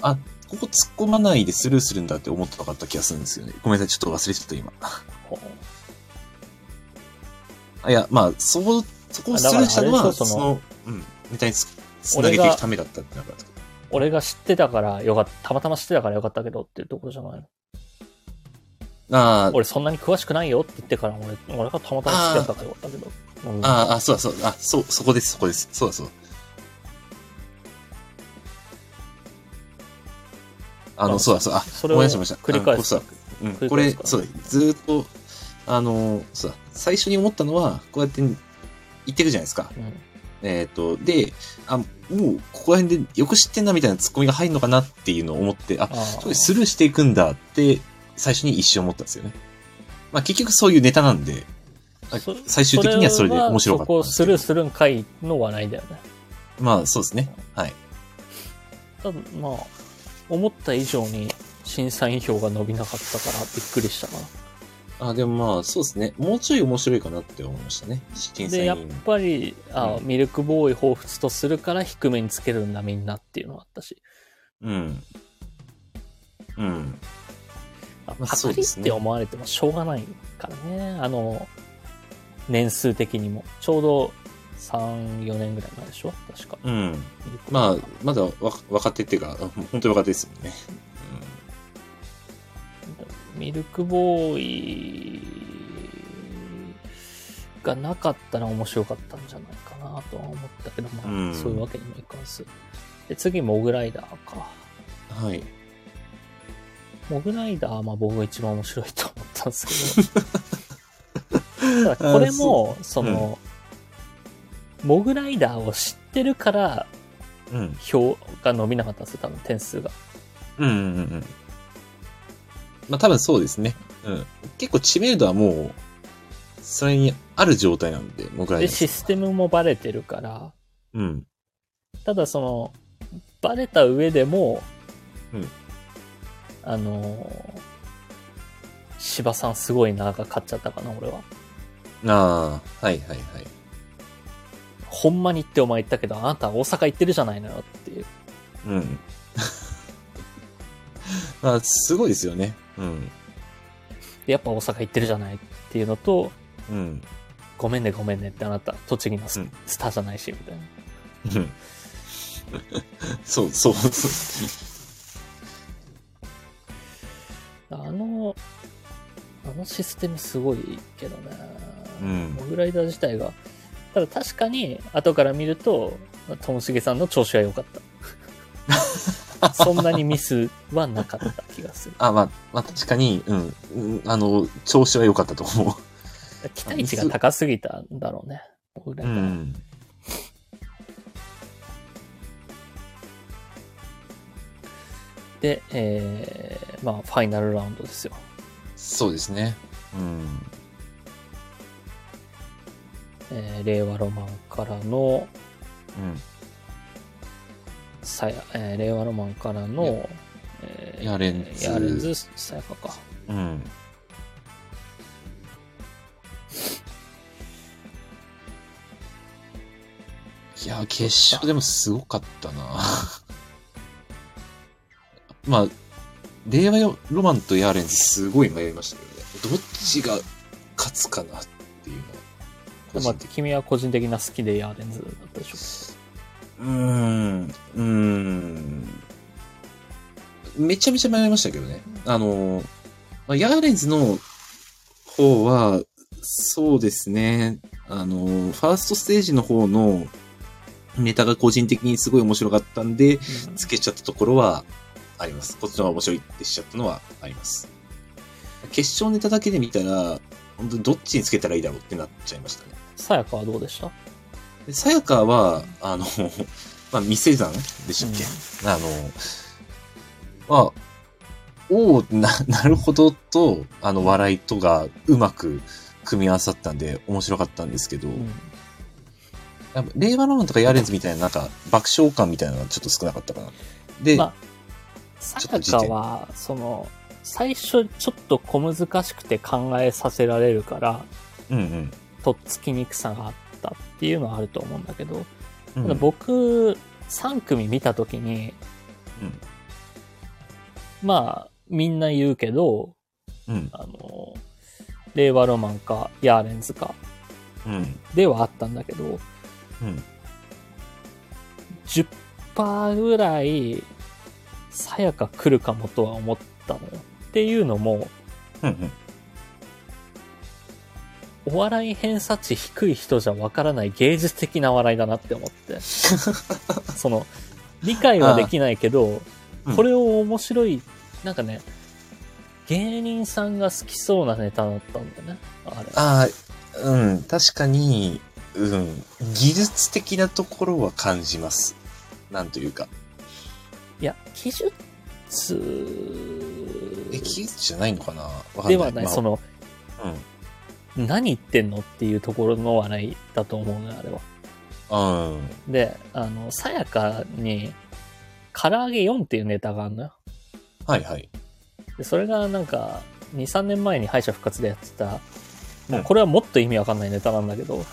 あ、ここ突っ込まないでスルーするんだって思ってなかった気がするんですよね。ごめんなさい、ちょっと忘れちゃった今。ほうあ、いや、まあ、そこ、そこをスルーしたのだからあれは、でしょそそのの、うん、ネタにつつなげていくためだったってなかった。俺が知ってたからよかった、たまたま知ってたからよかったけどっていうところじゃないの。あー俺そんなに詳しくないよって言ってから俺、俺がたまたま知ってたからよかったけど。うんあー、あそうだそうだ、あ、そう、そこです、そこです。そうだそうだ。ああの、そうだそうだ、あ、それを思い出しました繰り返あこうすさ。うん、繰りこ返れすか、そうだ、ずーっと、あの、そうだ、最初に思ったのは、こうやって言ってくじゃないですか。うんえっ、と、で、あ、もう、ここら辺でよく知ってんなみたいなツッコミが入るのかなっていうのを思って、あ、あーそういうスルーしていくんだって、最初に一瞬思ったんですよね。まあ結局そういうネタなんで、あそ最終的にはそれで面白かったそれんはでそすこけをスルーするどんかいの話題だよね。まあそうですね。はい。ただまあ思った以上に審査員票が伸びなかったからびっくりしたかあ、でもまあそうですね。もうちょい面白いかなって思いましたね。試験な査でやっ員。ぱりあ、うんミルクボーイ彷彿とするから低めにつけるんだみんなっていうのがあったしうん。うん。あまあパそクうリでっすねて思われてもしょうがないからねあの年数的にもちょうど34年ぐらい前でしょ確かうん。ミルクボーイがまあ、まだわ若手っていうか、あ本当に若手ですもんね。ミルクボーイがなかったら面白かったんじゃないかなとは思ったけど、まあ、うんそういうわけにもいかず。で、次、モグライダーか。うん。はい。モグライダー、まあ僕が一番面白いと思ったんですけど。ただ これも、その、モグライダーを知ってるから、うん。票が伸びなかったんですよ、多分点数が。うんうんうんうん。まあ多分そうですね。うん。結構知名度はもう、それにある状態なんで、僕らで、に。システムもバレてるから、うん。ただそのバレた上でも、うんあの芝さんすごいなが勝っちゃったかな俺はああ、はいはいはい。ほんまにってお前言ったけどあなた大阪行ってるじゃないのよっていううん。 まあ、すごいですよね。うん。でやっぱ大阪行ってるじゃないっていうのとうん。 ごめんねごめんねってあなた栃木のス,、うんスターじゃないしみたいなうん。そう、そう、そう。あのあのシステムすごいけどねうんモグライダー自体がただ確かに後から見るとともしげさんの調子は良かった そんなにミスはなかった気がするあ、まあ、まあ確かに、うんうん。あの、調子は良かったと思う。期待値が高すぎたんだろうねモグライダー、ん。で、えー、まあファイナルラウンドですよそうですね。うん。えー令和ロマンからのうん。さや、えー令和ロマンからいの、えーヤーレンズヤーレンズさやかかうん。いや、決勝でもすごかったな まあ、令和よロマンとヤーレンズすごい迷いましたけどね。どっちが勝つかなっていうのは。個待って、人的君は個人的な好きでヤーレンズだったでしょうーん。うーん。めちゃめちゃ迷いましたけどね。あの、まあ、ヤーレンズの方は、そうですね。あの、ファーストステージの方のネタが個人的にすごい面白かったんで、つけちゃったところはあります。こっちの方が面白いってしちゃったのはあります。決勝ネタだけで見たら、本当にどっちにつけたらいいだろうってなっちゃいましたね。さやかはどうでしたでさやかは、あの、 まあ、店団でしたっけ、あの、まあ、おおな、 なるほどと、あの、笑いとがうまく組み合わさったんで、面白かったんですけど、うんやっぱ令和ロマンとかヤーレンズみたいな、なんか、爆笑感みたいなのはちょっと少なかったかな。で、まあさやかは、その、最初ちょっと小難しくて考えさせられるから、うんうんとっつきにくさがあったっていうのはあると思うんだけど、うたん。だ僕、3組見たときに、うんまあ、みんな言うけど、うん。あの、令和ロマンか、ヤーレンズか、うん。ではあったんだけど、うん。 10%ぐらい、さやか来るかもとは思ったのよ。っていうのも、うん。お笑い偏差値低い人じゃわからない芸術的な笑いだなって思 って。その、理解はできないけどあうん、これを面白い、なんかね、芸人さんが好きそうなネタだったんだね。あれ。ああ、うん。確かに、うん。技術的なところは感じます。なんというか。いや、技術え、技術じゃないのかなわかんない。ではない、まあそ。の、うん。何言ってんのっていうところの笑いだと思うね、あれは。うん。で、あの、さやかに、唐揚げ4っていうネタがあるのよ。はいはい。で、それがなんか、2、3年前に敗者復活でやってた、もううんこれはもっと意味わかんないネタなんだけど、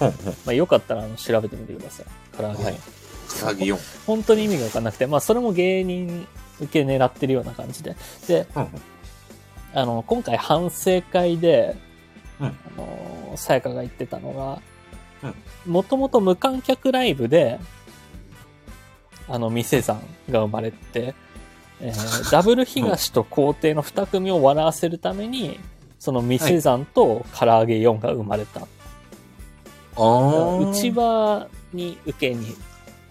まうんうん。あよかったらあの調べてみてください。唐揚げ、はい唐揚げ4。本当に意味がわかんなくて、まあそれも芸人受け狙ってるような感じで。で、うんあの、今回反省会で、うんあの、さやかが言ってたのうんが、もともと無観客ライブで、あの、店山が生まれて、え ーダブル東と皇帝の二組を笑わせるために、その店山と唐揚げ4が生まれた。うん。ああ。内場に受けに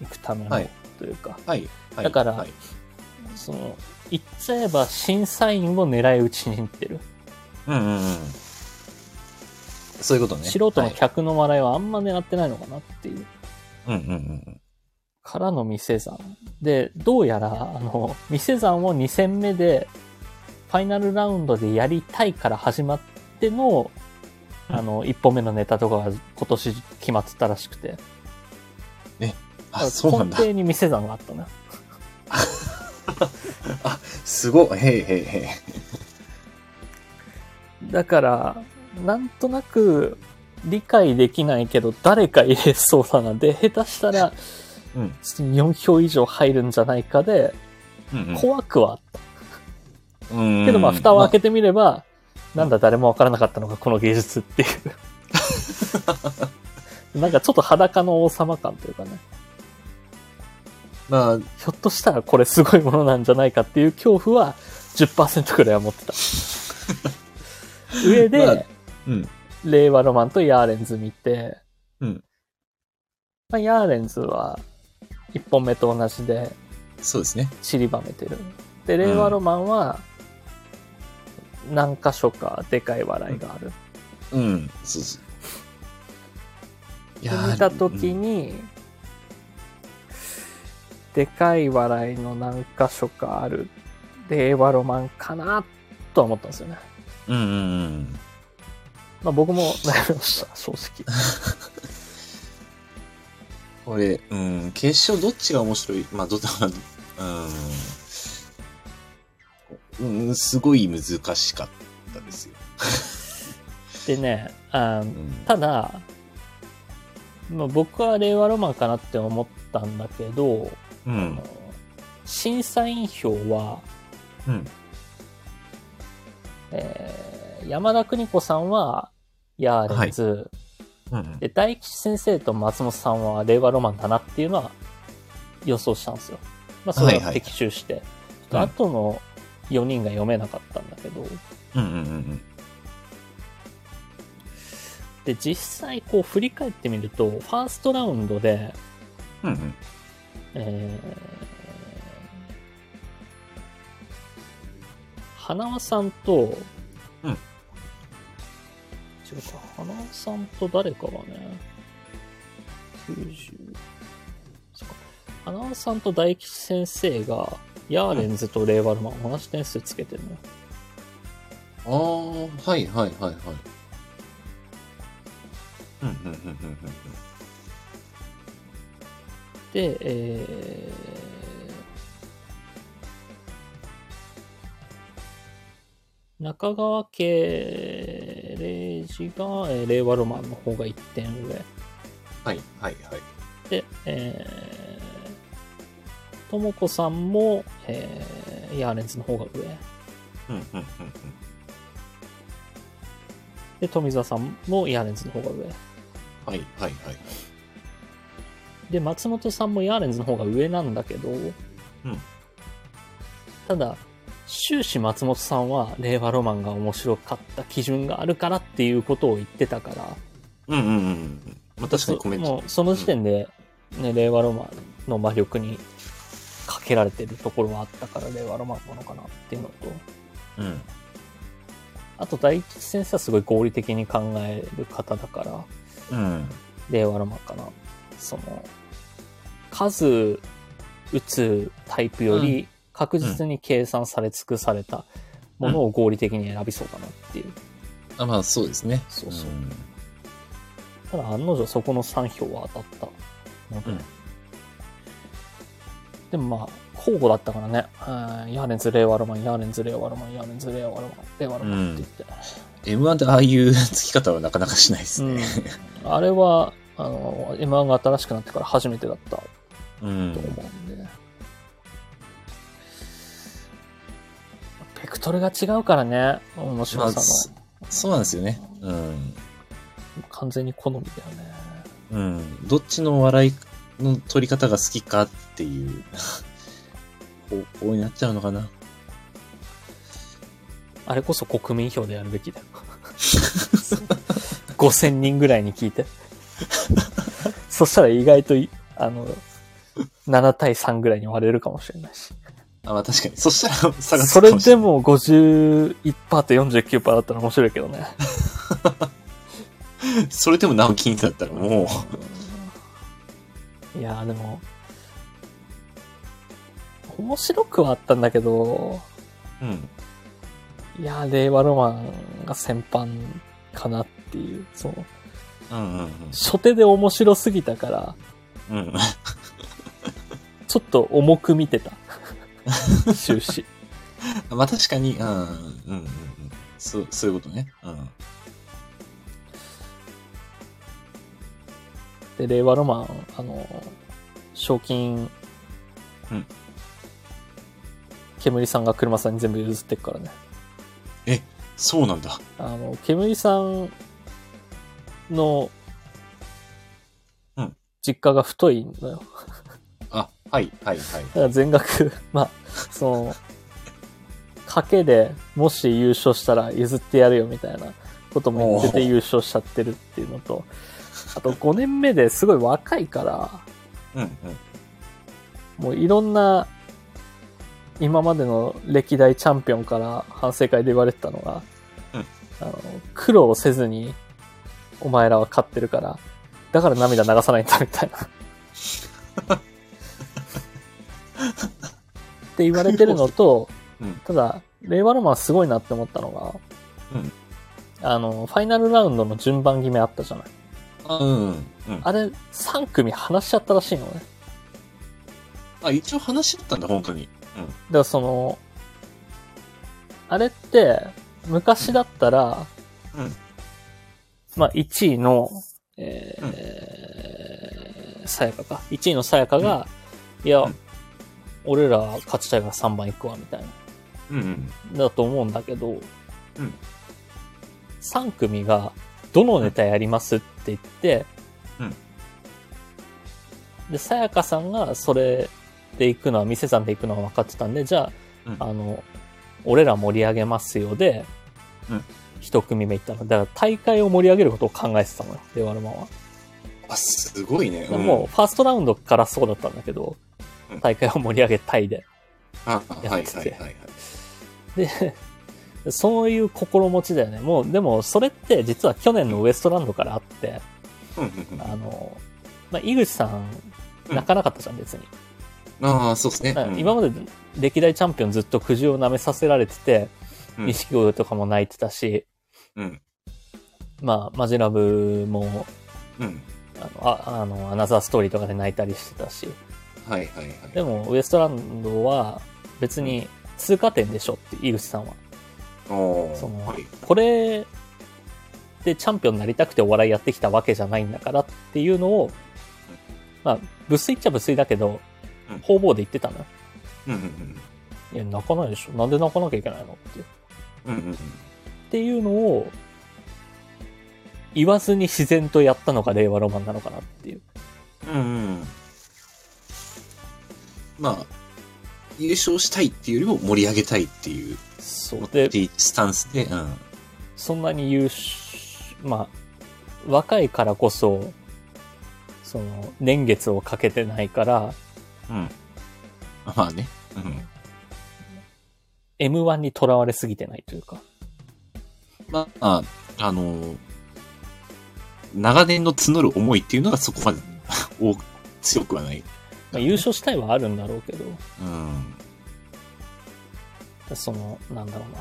行くための、はいというか、はい。はい。だからはいその、言っちゃえば審査員を狙い撃ちに行ってる。うんうんうん。そういうことね。素人はのい客の笑いはあんま狙ってないのかなっていう。うんうんうんからの店山。で、どうやら、あの、店山を2戦目で、ファイナルラウンドでやりたいから始まっての、あの、1本目のネタとかが今年決まってたらしくて。うん。あ、そうなんだ根。底に店山があったな。すごい。へいへいへい。だから、なんとなく理解できないけど、誰か入れそうだな。で、下手したら、うん4票以上入るんじゃないかで、うんうん怖くはあった。うんうん。けど、まあ、蓋を開けてみれば、なんだ誰もわからなかったのがこの芸術っていう。 なんかちょっと裸の王様感というかね、まあ。まあ、ひょっとしたらこれすごいものなんじゃないかっていう恐怖は10%くらいは持ってた。上で、 まあうん。令和ロマンとヤーレンズ見て、うんまあ、ヤーレンズは1本目と同じでそうですね。散りばめてる。で、令和ロマンは何箇所かでかい笑いがある。うん。そうそう。いでやー見た時に、でかい笑いの何箇所かある令和ロマンかなとは思ったんですよね。うんうんうん。まあ僕も 悩みました、正直。これ、うん、決勝どっちが面白いまあ、どっちが、うん、うん、すごい難しかったですよ。でね、あうん。ただ、まあ、僕は令和ロマンかなって思ったんだけど、うあんの。審査員票は、うん。えー山田邦子さんはヤーレンズ、うん。で大吉先生と松本さんは令和ロマンだなっていうのは予想したんですよ。まあ、それはいははい的中して、うんあとの4人が読めなかったんだけど、うん。うん。うん。で実際こう振り返ってみるとファーストラウンドで、うん。うん。えー、花輪さんと、うん違うか、花輪さんと誰かがね、90、そっか花輪さんと大吉先生が、ヤーレンズとレイバルマン、同じ点数つけてるの。ああ、はいはいはいはい。うんうんうんうんで、えー中川家礼二が、えー令和ロマンの方が1点上。はいはいはい。で、えー、ともこさんも、えーヤーレンズの方が上。うんうんうんで、富澤さんもヤーレンズの方が上。はいはいはい。で、松本さんもヤーレンズの方が上なんだけど、ただ、終始松本さんは令和ロマンが面白かった基準があるからっていうことを言ってたから、うんうんうんうん。まあ確かにコメンもト。うその時点で、ね令和ロマンの魔力にかけられてるところはあったから令和ロマンなのかなっていうのと、うん。あと大吉先生はすごい合理的に考える方だから、うん。令和ロマンかな。その、数打つタイプより確実に計算され尽くされたものを合理的に選びそうだなっていう。あまあそうですね。そうそうんただ案の定そこの3票は当たったので、うんでもまあ交互だったからねうんヤーレンズ令和ロマンヤーレンズ令和ロマンヤーレンズ令和ロマン令和ロマンって言って、 M1 ってああいう付き方はなかなかしないですうね。んあれはあの M1 が新しくなってから初めてだったうんと思うんで、ペクトルが違うからね面白まあさそのそうなんですよね。うん。完全に好みだよねうん。どっちの笑いの取り方が好きかっていう方向になっちゃうのかな。あれこそ国民票でやるべきだよ。5000人ぐらいに聞いて。 そしたら意外とい、あの、7対3ぐらいに割れるかもしれないし。あ、まあ確かに。そしたら差がつそくかれもしでれない。も51%と49%だったら面白いけどね。それでもなお金だったらもう。いやーでも、面白くはあったんだけど、うん。いやー令和ロマンが先般かなっていう、その、うんうん初手で面白すぎたから、うん。 うん。ちょっと重く見て た。終始。まあ確かに、うん、うん、うんうん。そう、そういうことね。うん。で、令和ロマン、あの、賞金、うん煙さんが車さんに全部譲ってっからね。そうなんだ。あの、煙さんの、うん実家が太いのよ。あ、はい、はい、はい。だから全額、 まあ、その、賭けでもし優勝したら譲ってやるよみたいなことも言ってておー優勝しちゃってるっていうのと、あと5年目ですごい若いから、うん、うん。もういろんな、今までの歴代チャンピオンから反省会で言われてたのが、うんあの苦労せずにお前らは勝ってるから、だから涙流さないんだみたいな。って言われてるのと、うんただ、令和ロマンすごいなって思ったのが、うんあの、ファイナルラウンドの順番決めあったじゃない。あうん、うん。うんあれ、3組話しちゃったらしいのね。あ、一応話し合ったんだ、本当に。だからその、あれって、昔だったら、うんまあ1位の、えーさやかか。1位のさやかが、いや、うん俺ら勝ちたいから3番行くわ、みたいうんうん。な。だと思うんだけど、うん3組が、どのネタやりますって言って、うんで、さやかさんがそれで行くのは、店さんで行くのは分かってたんで、じゃうんあ、あの、俺ら盛り上げますよで、うん一組目行ったの。だから大会を盛り上げることを考えてたのよ、令和ロマンは。あ、すごいね。でもう、ファーストラウンドからそうだったんだけどうん、大会を盛り上げたいで。うん、あ、はいはいはいはい。で、そういう心持ちだよね。もう、でも、それって実は去年のウエストランドからあって、うんうんうん。あの、まあ、井口さん、うん泣かなかったじゃん、別に。ああ、そうですね。だから今まで歴代チャンピオンずっと苦渋を舐めさせられてて、うん錦鯉とかも泣いてたし、うん。まあ、マジラブも、うん。あの、ああのアナザーストーリーとかで泣いたりしてたし、はいはいはい。でも、ウエストランドは別に通過点でしょって、井口さんは。おーそのはい。これでチャンピオンになりたくてお笑いやってきたわけじゃないんだからっていうのを、まあ、無粋っちゃ無粋だけどうん、方々で言ってたのよ。うんうんいや、泣かないでしょ。なんで泣かなきゃいけないのって。っうん。うんうんうん。ていうのを、言わずに自然とやったのが令和ロマンなのかなっていう。うんうん。まあ、優勝したいっていうよりも盛り上げたいっていう、そう。でで、スタンスで、うん。そんなに優秀、まあ、若いからこそ、その、年月をかけてないから、うん。まあね。うん。 M1 にとらわれすぎてないというか。まあ、あのー長年の募る思いっていうのがそこまで 多く強くはない。まあ、優勝したいはあるんだろうけど、うん。その、なんだろうな。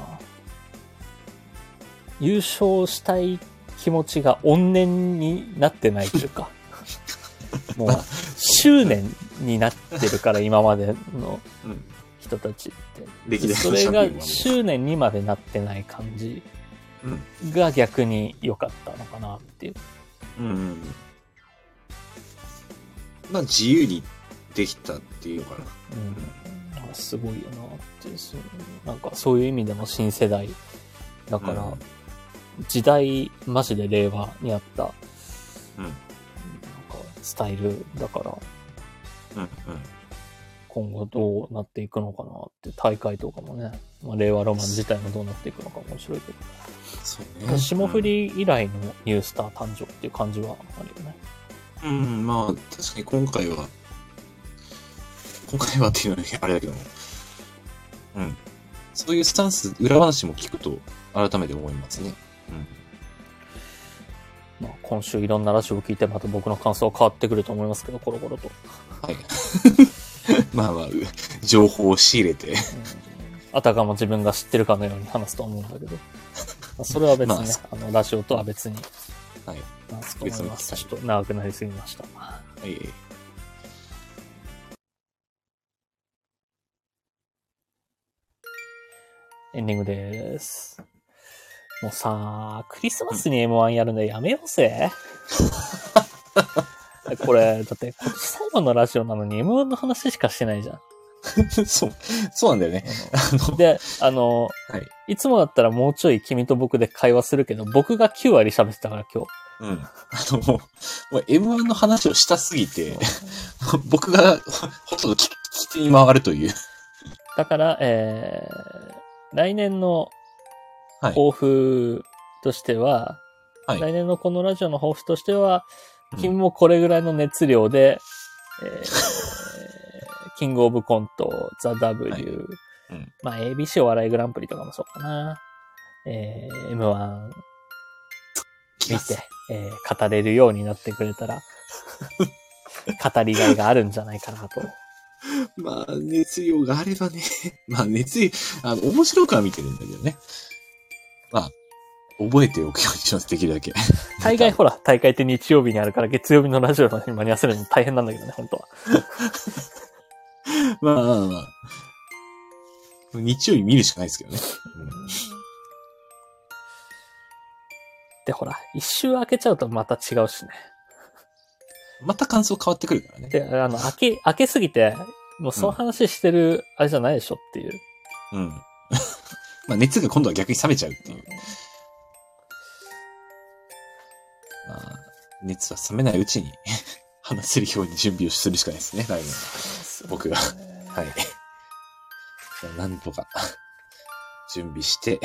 優勝したい気持ちが怨念になってないという か、もう、執念になってるから、今までのうん。人たちっ歴て。代そのれチャンピオンはがもう執念にまでなってない感じうん。が逆に良かったのかなっていう。うん。まあ、自由にできたっていうのかな。うん。なんかすごいよなっていう、そうなんかそういう意味でも新世代だから、うん時代マジで令和にあったなんかうん。スタイルだからうん。うん。今後どうなっていくのかなって大会とかもね、まあ、令和ロマン自体もどうなっていくのか面白いけそうどね。霜降り以来のニュースター誕生っていう感じはあるよねうん。うん。まあ、確かに今回は、今回はっていうのはあれだけども。うん。そういうスタンス、裏話も聞くと、改めて思いますね。うん。まあ、今週いろんなラジオを聞いてまた僕の感想は変わってくると思いますけどコロコロと、はい。 まあまあ、う情報を仕入れて。あたかも自分が知ってるかのように話すと思うんだけど、まあそれは別にね、あ、のラジオとは別にはい。話すと思います。別ちの機会ょっと長くなりすぎました。 はい。エンディングです。もうさ、クリスマスに M1 やるのやめようぜ。 これ、だって今年最後のラジオなのに M1 の話しかしてないじゃ ん。そう、そうなんだよね。あの、で、あの、はい。いつもだったらもうちょい君と僕で会話するけど、僕が9割喋ってたから今日。うん。あの、もうもう M1 の話をしたすぎて、 僕がほほとんど聞き手に回るという。だから、えー、来年のはい抱負としては、はい来年のこのラジオの抱負としては、うん君もこれぐらいの熱量で、 えーキングオブコント、ザ・ W、はいうんまあ ABC お笑いグランプリとかもそうかな、えー M1 見て、えー語れるようになってくれ たら、語りがいがあるんじゃないか なと。まあ、熱量があればね。 まあ、熱意、あの、面白くは見てるんだけどね。まあ、覚えておくようにします、できるだけ。 大概ほら、大会って日曜日にあるから、月曜日のラジオに間に合わせるの大変なんだけどね、本当は。まあまあまあ。日曜日見るしかないですけどね。で、ほら、一周開けちゃうとまた違うしね。また感想変わってくるからね。で、あの、開け、開けすぎて、もうその話してる、あれじゃないでしょっていう。うん。 まあ熱が今度は逆に冷めちゃうっていう。まあ、熱は冷めないうちに 話せるように準備をするしかないですね、来年は。僕がはい。 なんとか、準備して、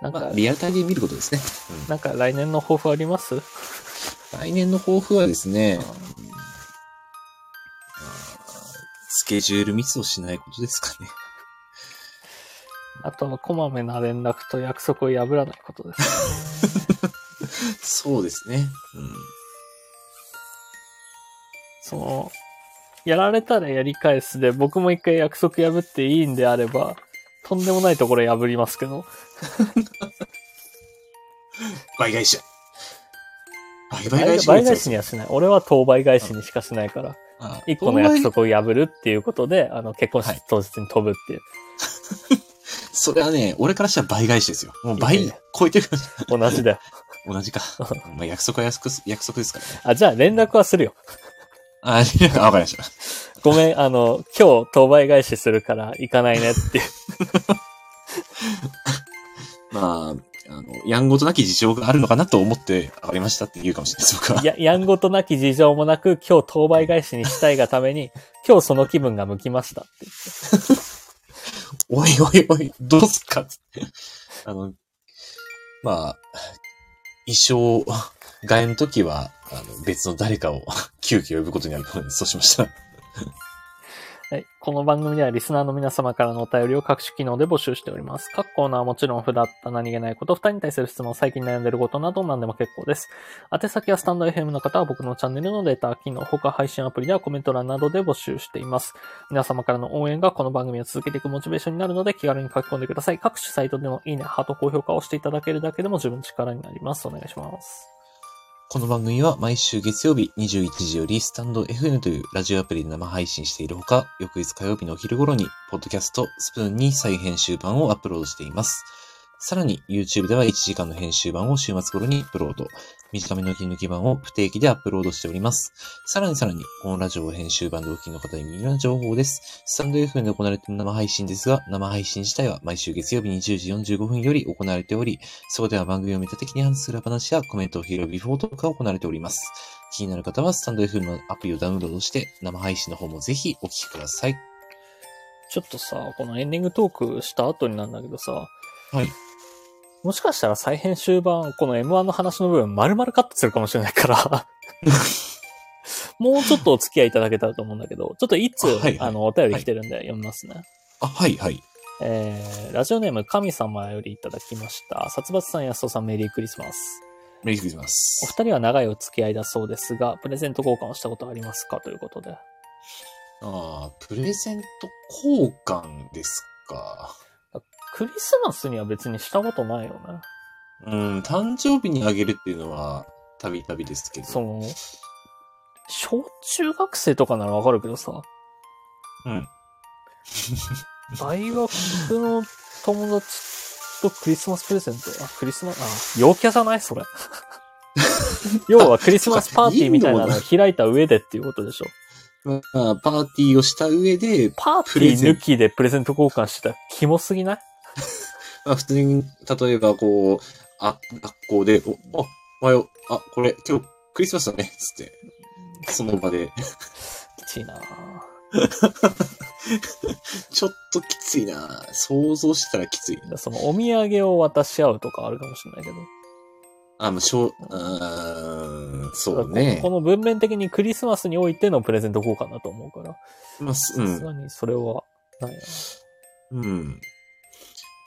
なんか、まあ、リアルタイムで見ることですね。なんか来年の抱負あります来年の抱負はですね、ううんスケジュールミスをしないことですかね。あとはこまめな連絡と約束を破らないこと です。 そうですね。その、やられたらやり返すで、僕も一回約束破っていいんであれば、とんでもないところ破りますけど、倍返しだ倍倍倍返返ししにはしない。俺は当倍返しにしかしないから、ああ一個の約束を破るっていうことで、あの、結婚は式い当日に飛ぶっていう。それはね、俺からしたら倍返しですよ。もう倍いやいや超えてる。同じだ よ。同 じか。まあ約束は約束す約束ですからね。あ、じゃあ連絡はするよ。あ、 連絡あわかりました。ごめん、あの、今日当倍返しするから行かないねっていう。まあ、あの、やんごとなき事情があるのかなと思って、わかりましたって言うかもしれないです、僕は。や、やんごとなき事情もなく、今日当倍返しにしたいがために、 今日その気分が向きましたって言って。おいおいおい、どうすっかつって。あの、まあ、衣装、外の時は、あの、別の誰かを 急遽呼ぶことになるので、そうしました。はい。この番組ではリスナーの皆様からのお便りを各種機能で募集しております。各コーナーはもちろん普段あった何気ないこと、二人に対する質問、最近悩んでることなど何でも結構です。宛先はスタンド FM の方は僕のチャンネルのレター機能、他配信アプリではコメント欄などで募集しています。皆様からの応援がこの番組を続けていくモチベーションになるので気軽に書き込んでください。各種サイトでのいいね、ハート、高評価を押していただけるだけでも十分力になります。お願いします。この番組は毎週月曜日21時よりスタンド FM というラジオアプリで生配信しているほか、翌日火曜日のお昼頃に、ポッドキャストスプーンに再編集版をアップロードしています。さらに YouTube では1時間の編集版を週末頃にアップロード。短めの切り抜き版を不定期でアップロードしております。さらにさらに、このラジオを編集版でお聞きの方に有利な情報です。スタンド FM で行われている生配信ですが、生配信自体は毎週月曜日20時45分より行われており、そこでは番組を見た的に話す裏話やコメントを拾うビフォートークが行われております。気になる方はスタンド FM のアプリをダウンロードして、生配信の方もぜひお聞きください。ちょっとさ、このエンディングトークした後になんだけどさ、はい。もしかしたら再編集版、この M1 の話の部分、丸々カットするかもしれないから、 もうちょっとお付き合いいただけたらと思うんだけど、ちょっといつ、あはいはいあの、お便り来てるんで読みますね。あ、はい、はい。えー、ラジオネーム神様よりいただきました。殺伐さん、安尾さん、メリークリスマス。メリークリスマおス。二人は長いお付き合いだそうですが、プレゼント交換をしたことはありますかということで。あープレゼント交換ですか。クリスマスには別にしたことないよね。うん、誕生日にあげるっていうのは、たびたびですけど。その、小中学生とかならわかるけどさ。うん。 大学の友達とクリスマスプレゼント。あ、クリスマス、あ、陽キャじゃないそれ。 要はクリスマスパーティーみたいなのを開いた上でっていうことでしょ。まあ、パーティーをした上で、パーティー抜きでプレゼント交換してたらキモすぎないまあ、普通に、例えばこう、あ、学校で、お、あ、おはよう、あ、これ、今日クリスマスだね、つって、その場で、きちいなぁちょっときついな想像したらきつい。そのお土産を渡し合うとかあるかもしれないけど。あ、もう、しょう、うーん、そうねこ。の文面的にクリスマスにおいてのプレゼント交換だと思うから。まあ、すうさすん、がにそれはないな。うん。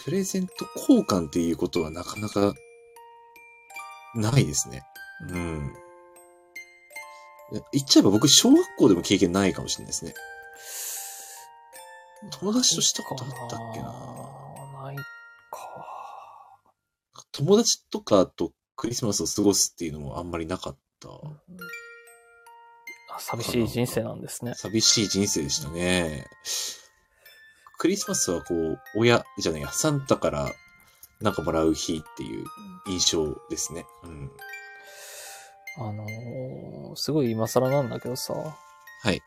プレゼント交換っていうことはなかなか、ないですね。うん。言っちゃえば僕、小学校でも経験ないかもしれないですね。友達としたことあったっけなないか。友達とかとクリスマスを過ごすっていうのもあんまりなかった。あ寂しい人生なんですね。寂しい人生でしたね。クリスマスはこう、親じゃないや、サンタからなんかもらう日っていう印象ですね。うん。あのーすごい今更なんだけどさ、はい。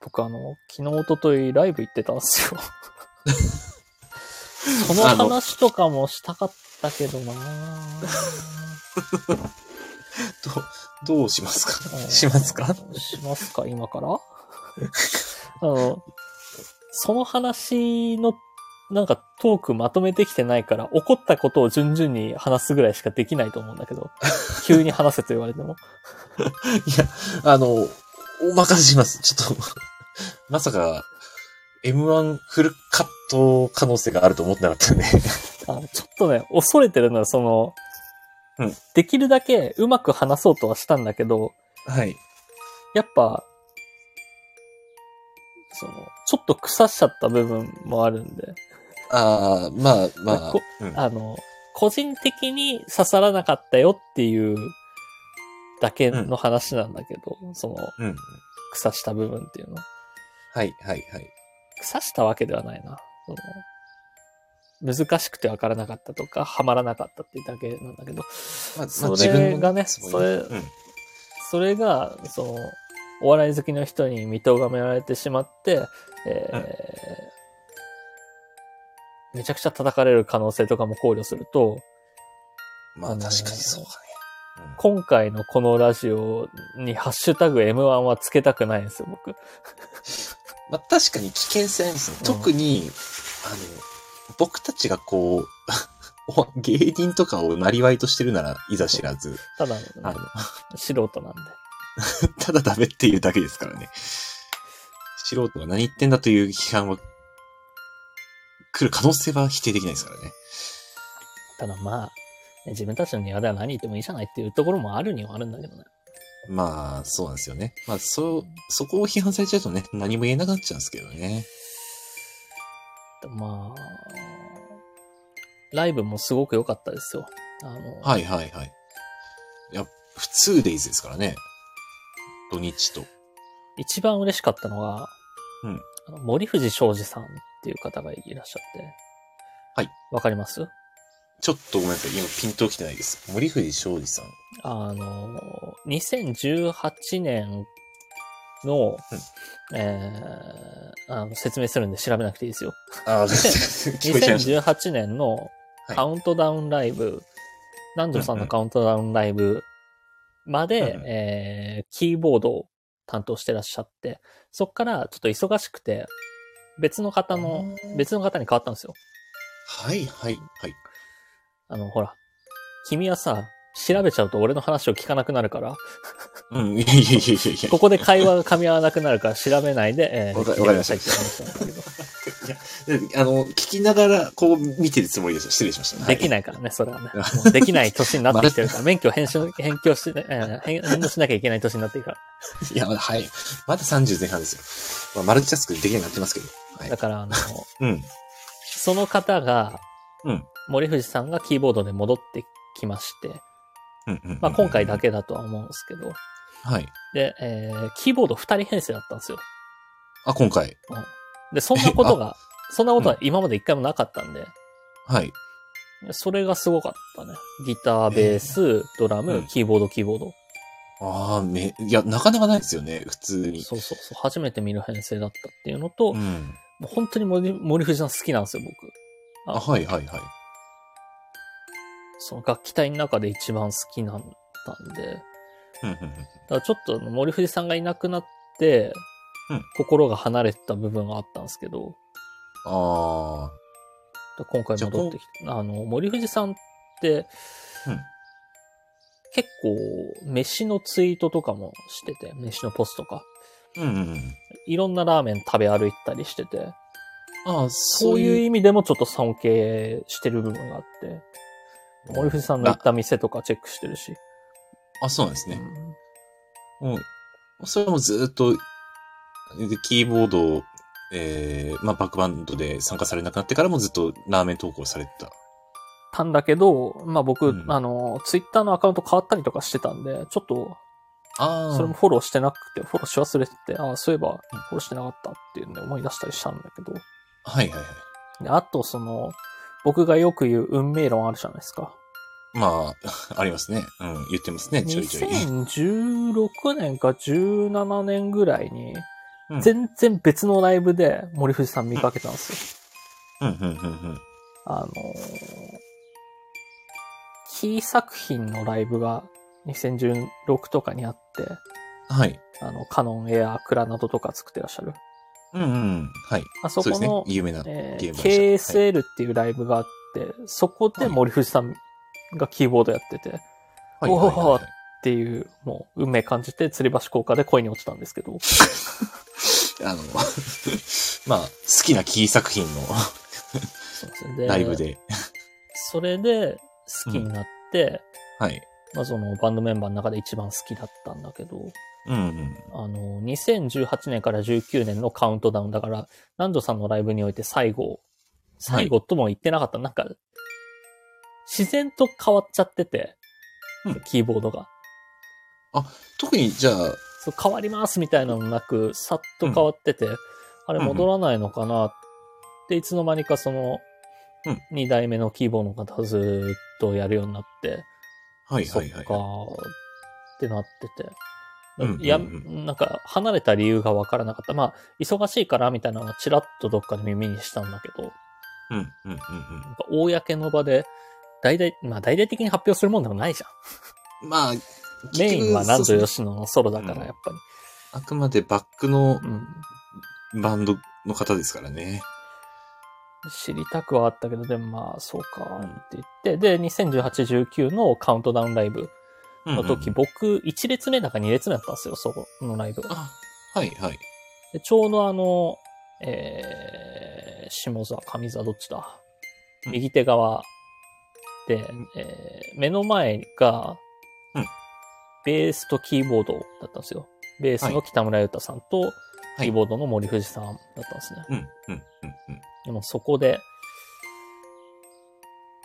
僕あの、昨日、一昨日ライブ行ってたんですよ。そのあの話とかもしたかったけどなどう、どうしますかうん しますかしますか今からあの、その話の、なんかトークまとめてきてないから、怒ったことを順々に話すぐらいしかできないと思うんだけど、 急に話せと言われても。いや、あの、お任せします。ちょっと、 まさか、M1 フルカット可能性があると思ってなかったんで。あのちょっとね、恐れてるのは、その、うんできるだけうまく話そうとはしたんだけど、はい。やっぱ、その、ちょっと腐しちゃった部分もあるんで、ああ、まあ、まあこ、うんあの、個人的に刺さらなかったよっていうだけの話なんだけど、その、うん。腐した部分っていうのは。はい、はい、はい。腐したわけではないな。その、難しくてわからなかったとか、ハマらなかったっていうだけなんだけど、まあ、それまあ自分のがねそういうそれうん。それが、その、お笑い好きの人に見とがめられてしまって、えーうめちゃくちゃ叩かれる可能性とかも考慮すると、まあ、あのー確かにそうかね。うん今回のこのラジオにハッシュタグ M1 はつけたくないんですよ、僕。まあ、確かに危険性ありますね。うん特に、あの、僕たちがこう、 お芸人とかをなりわいとしてるなら、いざ知らず、ただ、あの、素人なんで。 ただダメっていうだけですからね。素人が何言ってんだという批判は、来る可能性は否定できないですからね。ただまあ、自分たちの庭では何言ってもいいじゃないっていうところもあるにはあるんだけどね。まあ、そうなんですよね。まあ、そう、そこを批判されちゃうとね、何も言えなくなっちゃうんですけどね。まあ、ライブもすごく良かったですよ。あの、はいはいはい。いや、普通デイズですからね。土日と。一番嬉しかったのは、うんあの森藤昌司さんっていう方がいらっしゃって。はい。わかりますちょっとごめんなさい。今ピンときてないです。森藤昌司さん。あの、2018年の、うんえーあの、説明するんで調べなくていいですよ。あ あ、聞こえちゃいまし2018年のはいカウントダウンライブ、南條さんのカウントダウンライブまで、うんうんえーキーボードを担当してらっしゃって、そっからちょっと忙しくて、別の方の、うん別の方に変わったんですよ。た。はいはいはい。あの、ほら、君はさ、調べちゃうと俺の話を聞かなくなるから、うん、いやいやいやいやいや。ここで会話が噛み合わなくなるから調べないで、えーわかわかりました聞いてくださいって話なんだけどあの、聞きながら、こう見てるつもりです。失礼しました。できないからね、それ はね。もうできない年になってきてるから、免許を返信、返却し、えー返返納しなきゃいけない年になってるかいや、まだ、はい。まだ30前半ですよ。まあ、マルチタスクできるようになってますけど。はら。いだ。から、あの、うん。その方が、うん森藤さんがキーボードで戻ってきまして、うんうん。まあ今回だけ。けだとは思うんですけど、はい。で、えーキーボード2人編成だったんですよ。あ、今回。で、そんなことが、そんなことは今まで一回もなかったんで、はい。それがすごかったね。ギター、ベース、ドラうムん、キーボード、キーボード。ああ、め、いや、なかなかないですよね。普通に。そうそうそう。初めて見る編成だったっていうのと、うん。もう本当に森森藤さん好きなんですよ、僕。あ、はいはいはい。その楽器隊の中で一番好きなんだんで。だうんうんうん。からちょっとあの森藤さんがいなくなって、うん心が離れてた部分があったんですけど、ああ。だから今回戻ってきて、あの、森藤さんって、うん結構、飯のツイートとかもしてて、飯のポストとか。うんうんうん。いろんなラーメン食べ歩いたりしてて、ああ、そそうういういう。意味でもちょっと尊敬してる部分があって、森藤さんの行った店とかチェックしてるし。あ、そうなんですね。うんもう、それもずっと、でキーボードを、えー、まあ、バックバンドで参加されなくなってからもずっとラーメン投稿されてた。たんだけど、まあ僕、うんあの、ツイッターのアカウント変わったりとかしてたんで、ちょっと、ああ。それもフォローしてなくて、フォローし忘れてて、ああ、そういえば、フォローしてなかったっていうんで思い出したりしたんだけど。はいはいはい。であと、その、僕がよく言う運命論あるじゃないですか。まあ、 ありますね。うん、言ってますね、ちょいちょい。 2016年か17年ぐらいにう、ん全然別のライブで森藤さん見かけたんですよ。うん、うん、うん、うん。あのーキー作品のライブが2016とかにあって、はい。あの、カノンエアークラなどとか作ってらっしゃる。うん、うん。はい。あそこうですねの、。有名な。えゲーーム会社 KSL っていうライブがあって、そこで森藤さんがキーボードやってて、っはい、おーはいはいはいていう、もう、運命感じて、吊り橋効果で恋に落ちたんですけど、あの、 まあ、好きなキー作品のそうですね。でライブ。で。それで、好きになって、はい。まあその、バンドメンバーの中で一番好きだったんだけど、うん、うん。あの、2018年から19年のカウントダウンだから、南條さんのライブにおいて最後、最後とも言ってなかった。なんか、自然と変わっちゃってて、うんキーボードが。特に、じゃあ、そう、変わりますみたいなのなく、さっと変わってて、あれ戻らないのかなって、いつの間にかそのうん、 2代目のキーボードの方ずっとやるようになって、はい、そはっい、はい。かーってなってて。うんうんうんいや、なんか、離れた理由がわからなかった。まあ、忙しいからみたいなのはちらっとどっかで耳にしたんだけど、うん、うん、うん、うん。なんか公の場で、大々、まあ、大々的に発表するもんでもないじゃん。まあ、メインは南條よし吉野のソロだかうんら、やっぱり。あくまでバックのうん。バンドの方ですからね。知りたくはあったけど、でもまあ、そうか、って言って、で、2018、19のカウントダウンライブの時、うんうん僕、1列目だか2列目だったんですよ、そこのライブが。あ、はい、はい。でちょうどあの、えー、下座、上座、どっちだうん右手側でん、えー目の前がうん、ベースとキーボードだったんですよ。ベースの北村優太さんと、キーボードの森藤さんだったんですね。うん、うん、うん、うん。でもそこで、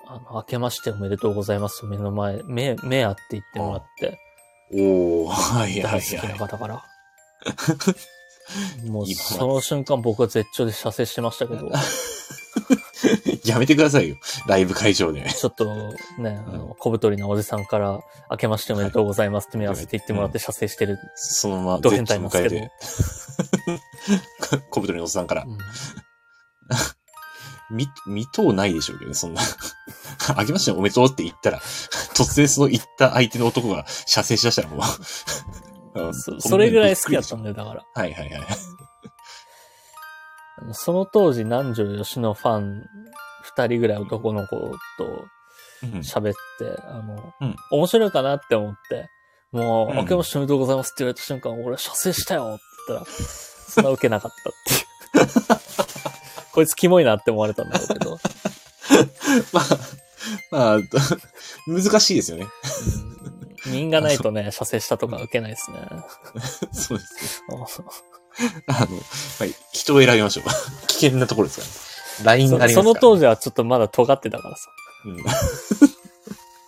あの、明けましておめでとうございますと目の前、目、目あって言ってもらって、おー、 はいはい大好きは。ない方 から。もう今その瞬間僕は絶頂で射精してましたけど、やめてくださいよ。ライブ会場で。ちょっとね、あの、小太りなおじさんから、明けましておめでとうございますって目合わせて言ってもらって射精してる。そのまま、ド変態なんですけど絶頂迎えて 小太りのおっさんからう。ん見、見とうないでしょうけどね、そんな。 あげましたよ、おめでとうって言ったら、突然その言った相手の男が射精しだしたらもううん。 そそれぐらい好きだったはんだよ、だから。いはいはい。あのその当時、南條吉野ファン、二人ぐらい男の子と、うん喋って、あの、うん面白いかなって思って、もう、うん明けましておめでとうございますって言われた瞬間、俺、射精したよって言 ったら、そんな受けなかったっていう。 こいつキモいなって思われたんだろうけど。 まあ、まあ、 難しいですよね。うん品がないとね、射精したとか受けないですね。そうですね。あの、はい、人を選びましょう。 危険なところですから、ね。ラインがそありますそから、の当時、時はちょっとまだ尖ってたからさ。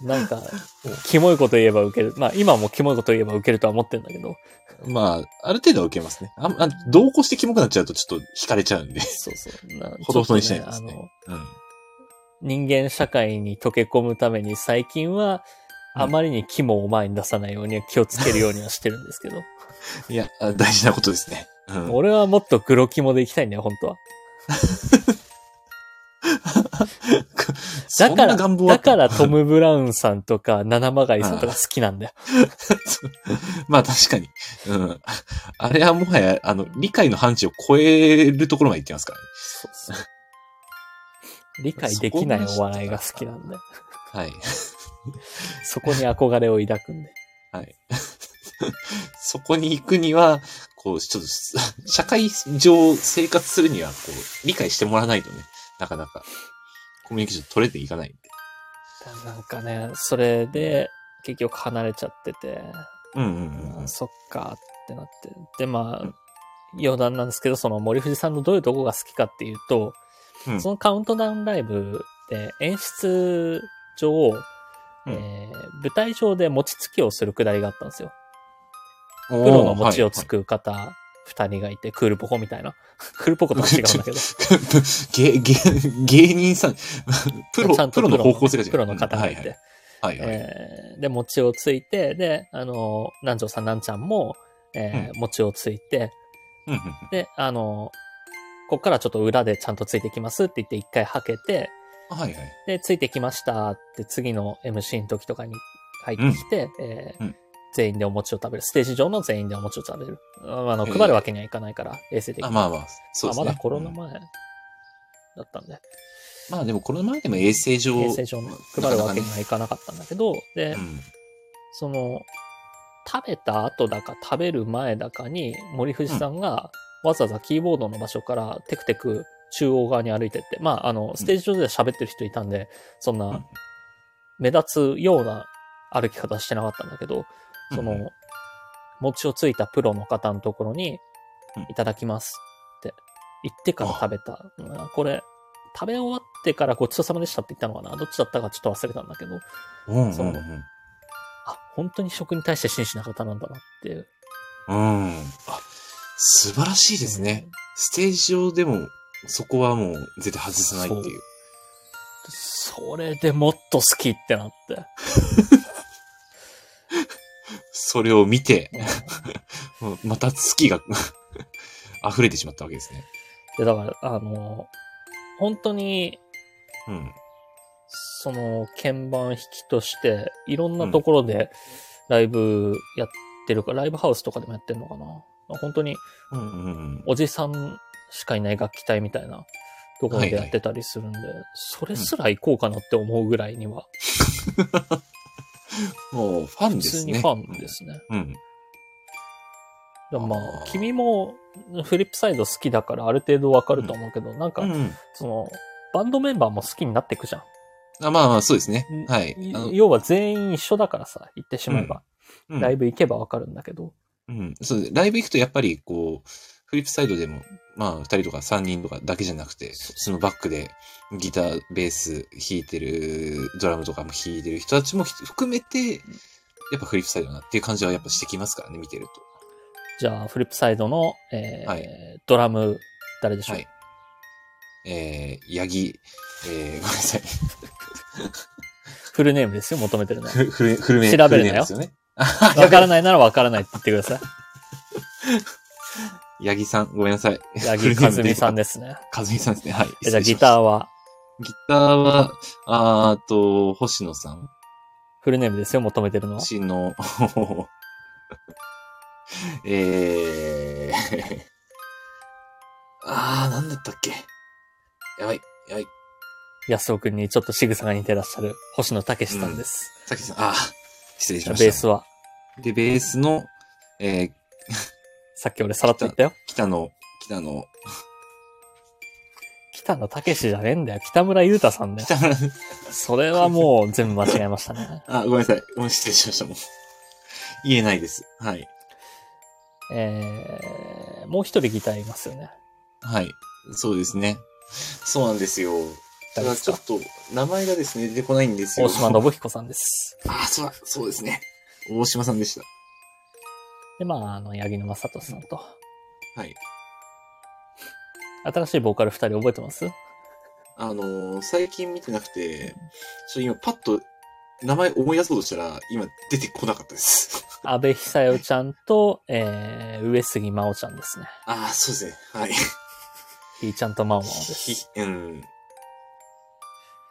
うんなんか、キモいこと言えば受ける。まあ今もキモいこと言えば受けるとは思ってんだけど。まあ、ある程度は受けますね。あん、あ同行してキモくなっちゃうとちょっと惹かれちゃうんで。そうそう。なほどほどにしないですねちょっとあのうん。人間社会に溶け込むために最近はうんあまりに肝を前に出さないように気をつけるようにはしてるんですけど、いや、あ大事なことですね。うん。俺はもっと黒肝でいきたいんだよ、本当は。そだんかなら、願望はあだったかのらトム・ブラウンさんとか、七曲りさんとか好きなんだよ。そうまあ確かに。うん。あれはもはや、あの、理解の範疇を超えるところまで行ってますからね。そうそう理解できないお笑いが好きなんだよ。はい。そこに憧れを抱くんで。はい。そこに行くには、こう、ちょっと、社会上生活するには、こう、理解してもらわないとね、なかなか、コミュニケーション取れていかない。だからなんかね、それで結局離れちゃってて、うんうんうん。そっかってなって。で、まあ、余談なんですけど、その森藤さんのどういうとこが好きかっていうと、うんそのカウントダウンライブで演出上、うんえー舞台上で餅つきをするくだりがあったんですよ。ププロの餅をつく方二人がいて、クールポコみたいな。 クールポコとは違うんだけど、 芸、芸、芸人さん、プロ、ちゃんと プロの方向性が違う。プロの方がいうんはいはてい。はいはい。えーで、餅をついて、で、あの、南條さん、南ちゃんも、えー餅をついて、うんうんで、あの、こっからちょっと裏でちゃんとついてきますって言って一回はけて、うんはいはい。で、ついてきましたって次の MC の時とかに入ってきて、えーうん全員でお餅を食べる。ステージ上の全員でお餅を食べる。ああの、配るわけにはいかないから、衛生的あに。まあまあ、そうですね。まだコロナうん前だったんで、まあでもコロナ前でも衛生上。衛生上の配るわけにはいかなかったんだけど、で、うん。その、食べた後だか食べる前だかに森藤さんがわざわざキーボードの場所からテクテク中央側に歩いてって、まあ、あの、ステージ上では喋ってる人いたんで、そんうんな目立つような歩き方してなかったんだけど、そうんの、餅をついたプロの方のところにうん、いただきますって言ってから食べたのがこれ、食べ終わってからごちそうさまでしたって言ったのかなどっちだったかちょっと忘れたんだけど、うんそうんのあ、本当に食に対して真摯な方なんだなっていう。うん。うん。あ、素晴らしいですね。ステージ上でも、そこはもう絶対外さないっていう。それでもっと好きってなって。それを見て、も うまた月が溢れてしまったわけですね。で、だから、あの、本当に、うん。その、鍵盤弾きとして、いろんなところでライブやってるか、ライブハウスとかでもやってるのかな。本当に、うんうんうん。おじさんしかいない楽器隊みたいなところでやってたりするんで、それすら行こうかなって思うぐらいには、もうファン普です通ね。にファンですね。うん。でもまああ、ー君もフリップサイド好きだからある程度わかると思うけど、なんかうん。う、ん。その、バンドメンバーも好きになっていくじゃん。あまあまあ、そうですね。はい。あのい要は全員一緒だからさ、言ってしまえば。うんライブ行けばわかるんだけど。うん。そうですライブ行くとやっぱりこう、フリップサイドでも、まあ、二人とか三人とかだけじゃなくて、そのバックでギター、ベース弾いてる、ドラムとかも弾いてる人たちもひ含めて、やっぱフリップサイドだなっていう感じはやっぱしてきますからね、見てるじゃあ、フリップサイドの、えーはいドラム、誰でしと。ょう、はい。えー、ヤギ、えー、ごめんなさい。フルネームですよ、求めてるのは。 ふ古古め調べるなよ古めですよね。わからないならわからないって言ってくださヤギさん、ごめんなさい。 い。八木かずみさんですね。かずみさんですね。はい。えじゃあ、ギターー。は、ギターは、あーっと、星野さん。フルネームですよ、求めてるのは。星野、 えー、 あー、なんだったっけ。やばい、やばい。安尾くんにちょっと仕草が似てらっしゃる、星野武さんです。さっきさん、あー、失礼しじゃまあした。ベースは、で、ベースの、えー、さっき俺さらっと言ったよ。北野、北野、 北野武じゃねえんだよ。北村優太さんだよ。北村、それはもう全部間違えました ね。あ、ごめんなさい。もう失礼しました。もう。言えないです。はい。えー、もう一人ギターいますよね。はい。そうですね。そうなんですよ。た誰でだすちょかっと、名前がですね、出てこないんですよ。大島信彦さんです。あー、そう、そうですね。大島さんでした。で、まあ、あの、八木沼聡さんと。はい。新しいボーカル二人覚えてますあのー最近見てなくて、ちょっと今パッと名前思い出そうとしたら、今出てこなかったです。安倍久代ちゃんと、えー、上杉真央ちゃんですね。ああ、そうですね。はい。ひーちゃんと真央真央です。ひうん。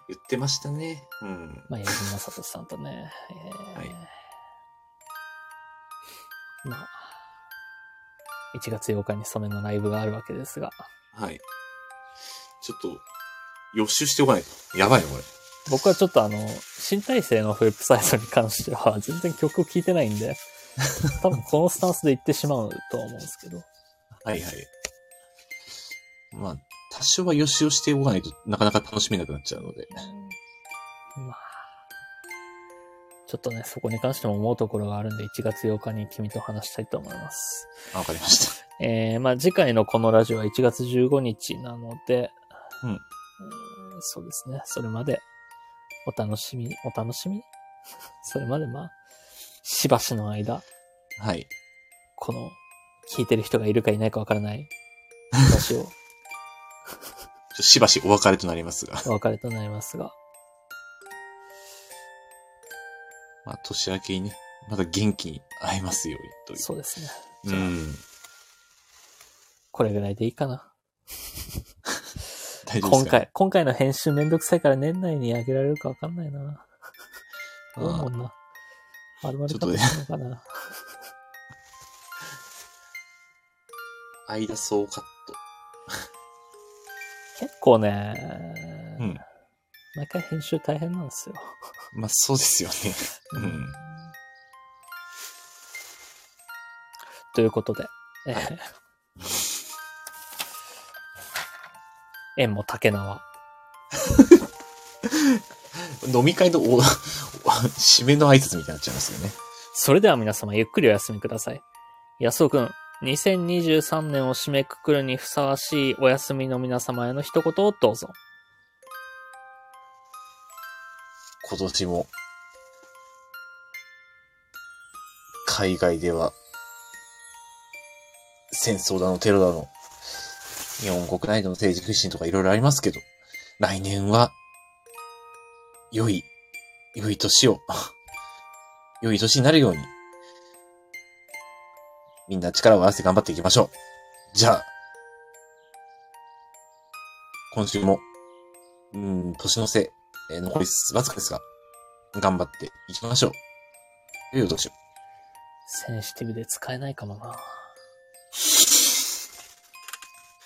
言ってましたね。うん。まあ、八木沼聡さんとね。えーはいまあ、1月8日に染めのライブがあるわけですが、はい。ちょっと、予習しておかないと。やばいよ、これ。僕はちょっとあの、新体制のフリップサイドに関しては全然曲を聴いてないん で、多分このスタンスで行ってしまうとは思うんですけど。はいはい。まあ、多少は予習をしておかないとなかなか楽しめなくなっちゃうので。まあ、ちょっとね、そこに関しても思うところがあるんで、1月8日に君と話したいと思います。あわかりました。えー、まあ次回のこのラジオは1月15日なので、うんうーんそうですね、それまで、お楽しみ、お楽しみ それまでまあ、しばしの間、はい。この、聞いてる人がいるかいないかわからない話をちょっと しばしお別れとなりますが。お別れとなりますが、まあ、年明けにね、まだ元気に会えますようにという。そうですね。う。ん。これぐらいでいいかな。大丈夫で今すか回、今回の編集めんどくさいから年内にあげられるかわかんないな。どうもんな。丸々ちょ食っとべねてるのかな。間総カット。結構ね、うん。毎回編集大変なんですよ。まあ、そうですよね。 うん。ということで、えー縁も竹縄。飲み会のお、お 締めの挨拶みたいになっちゃいますよね。それでは皆様ゆっくりお休みください。安尾くん、2023年を締めくくるにふさわしいお休みの皆様への一言をどうぞ。今年も、海外では、戦争だの、テロだの、日本国内での政治不信とかいろいろありますけど、来年は、良い、良い年を、 良い年になるように、みんな力を合わせて頑張っていきましょう。じゃあ、今週も、うん、年のせい、えー残りわずかですが、頑張っていきましょう。というどうしよう。センシティブで使えないかもな。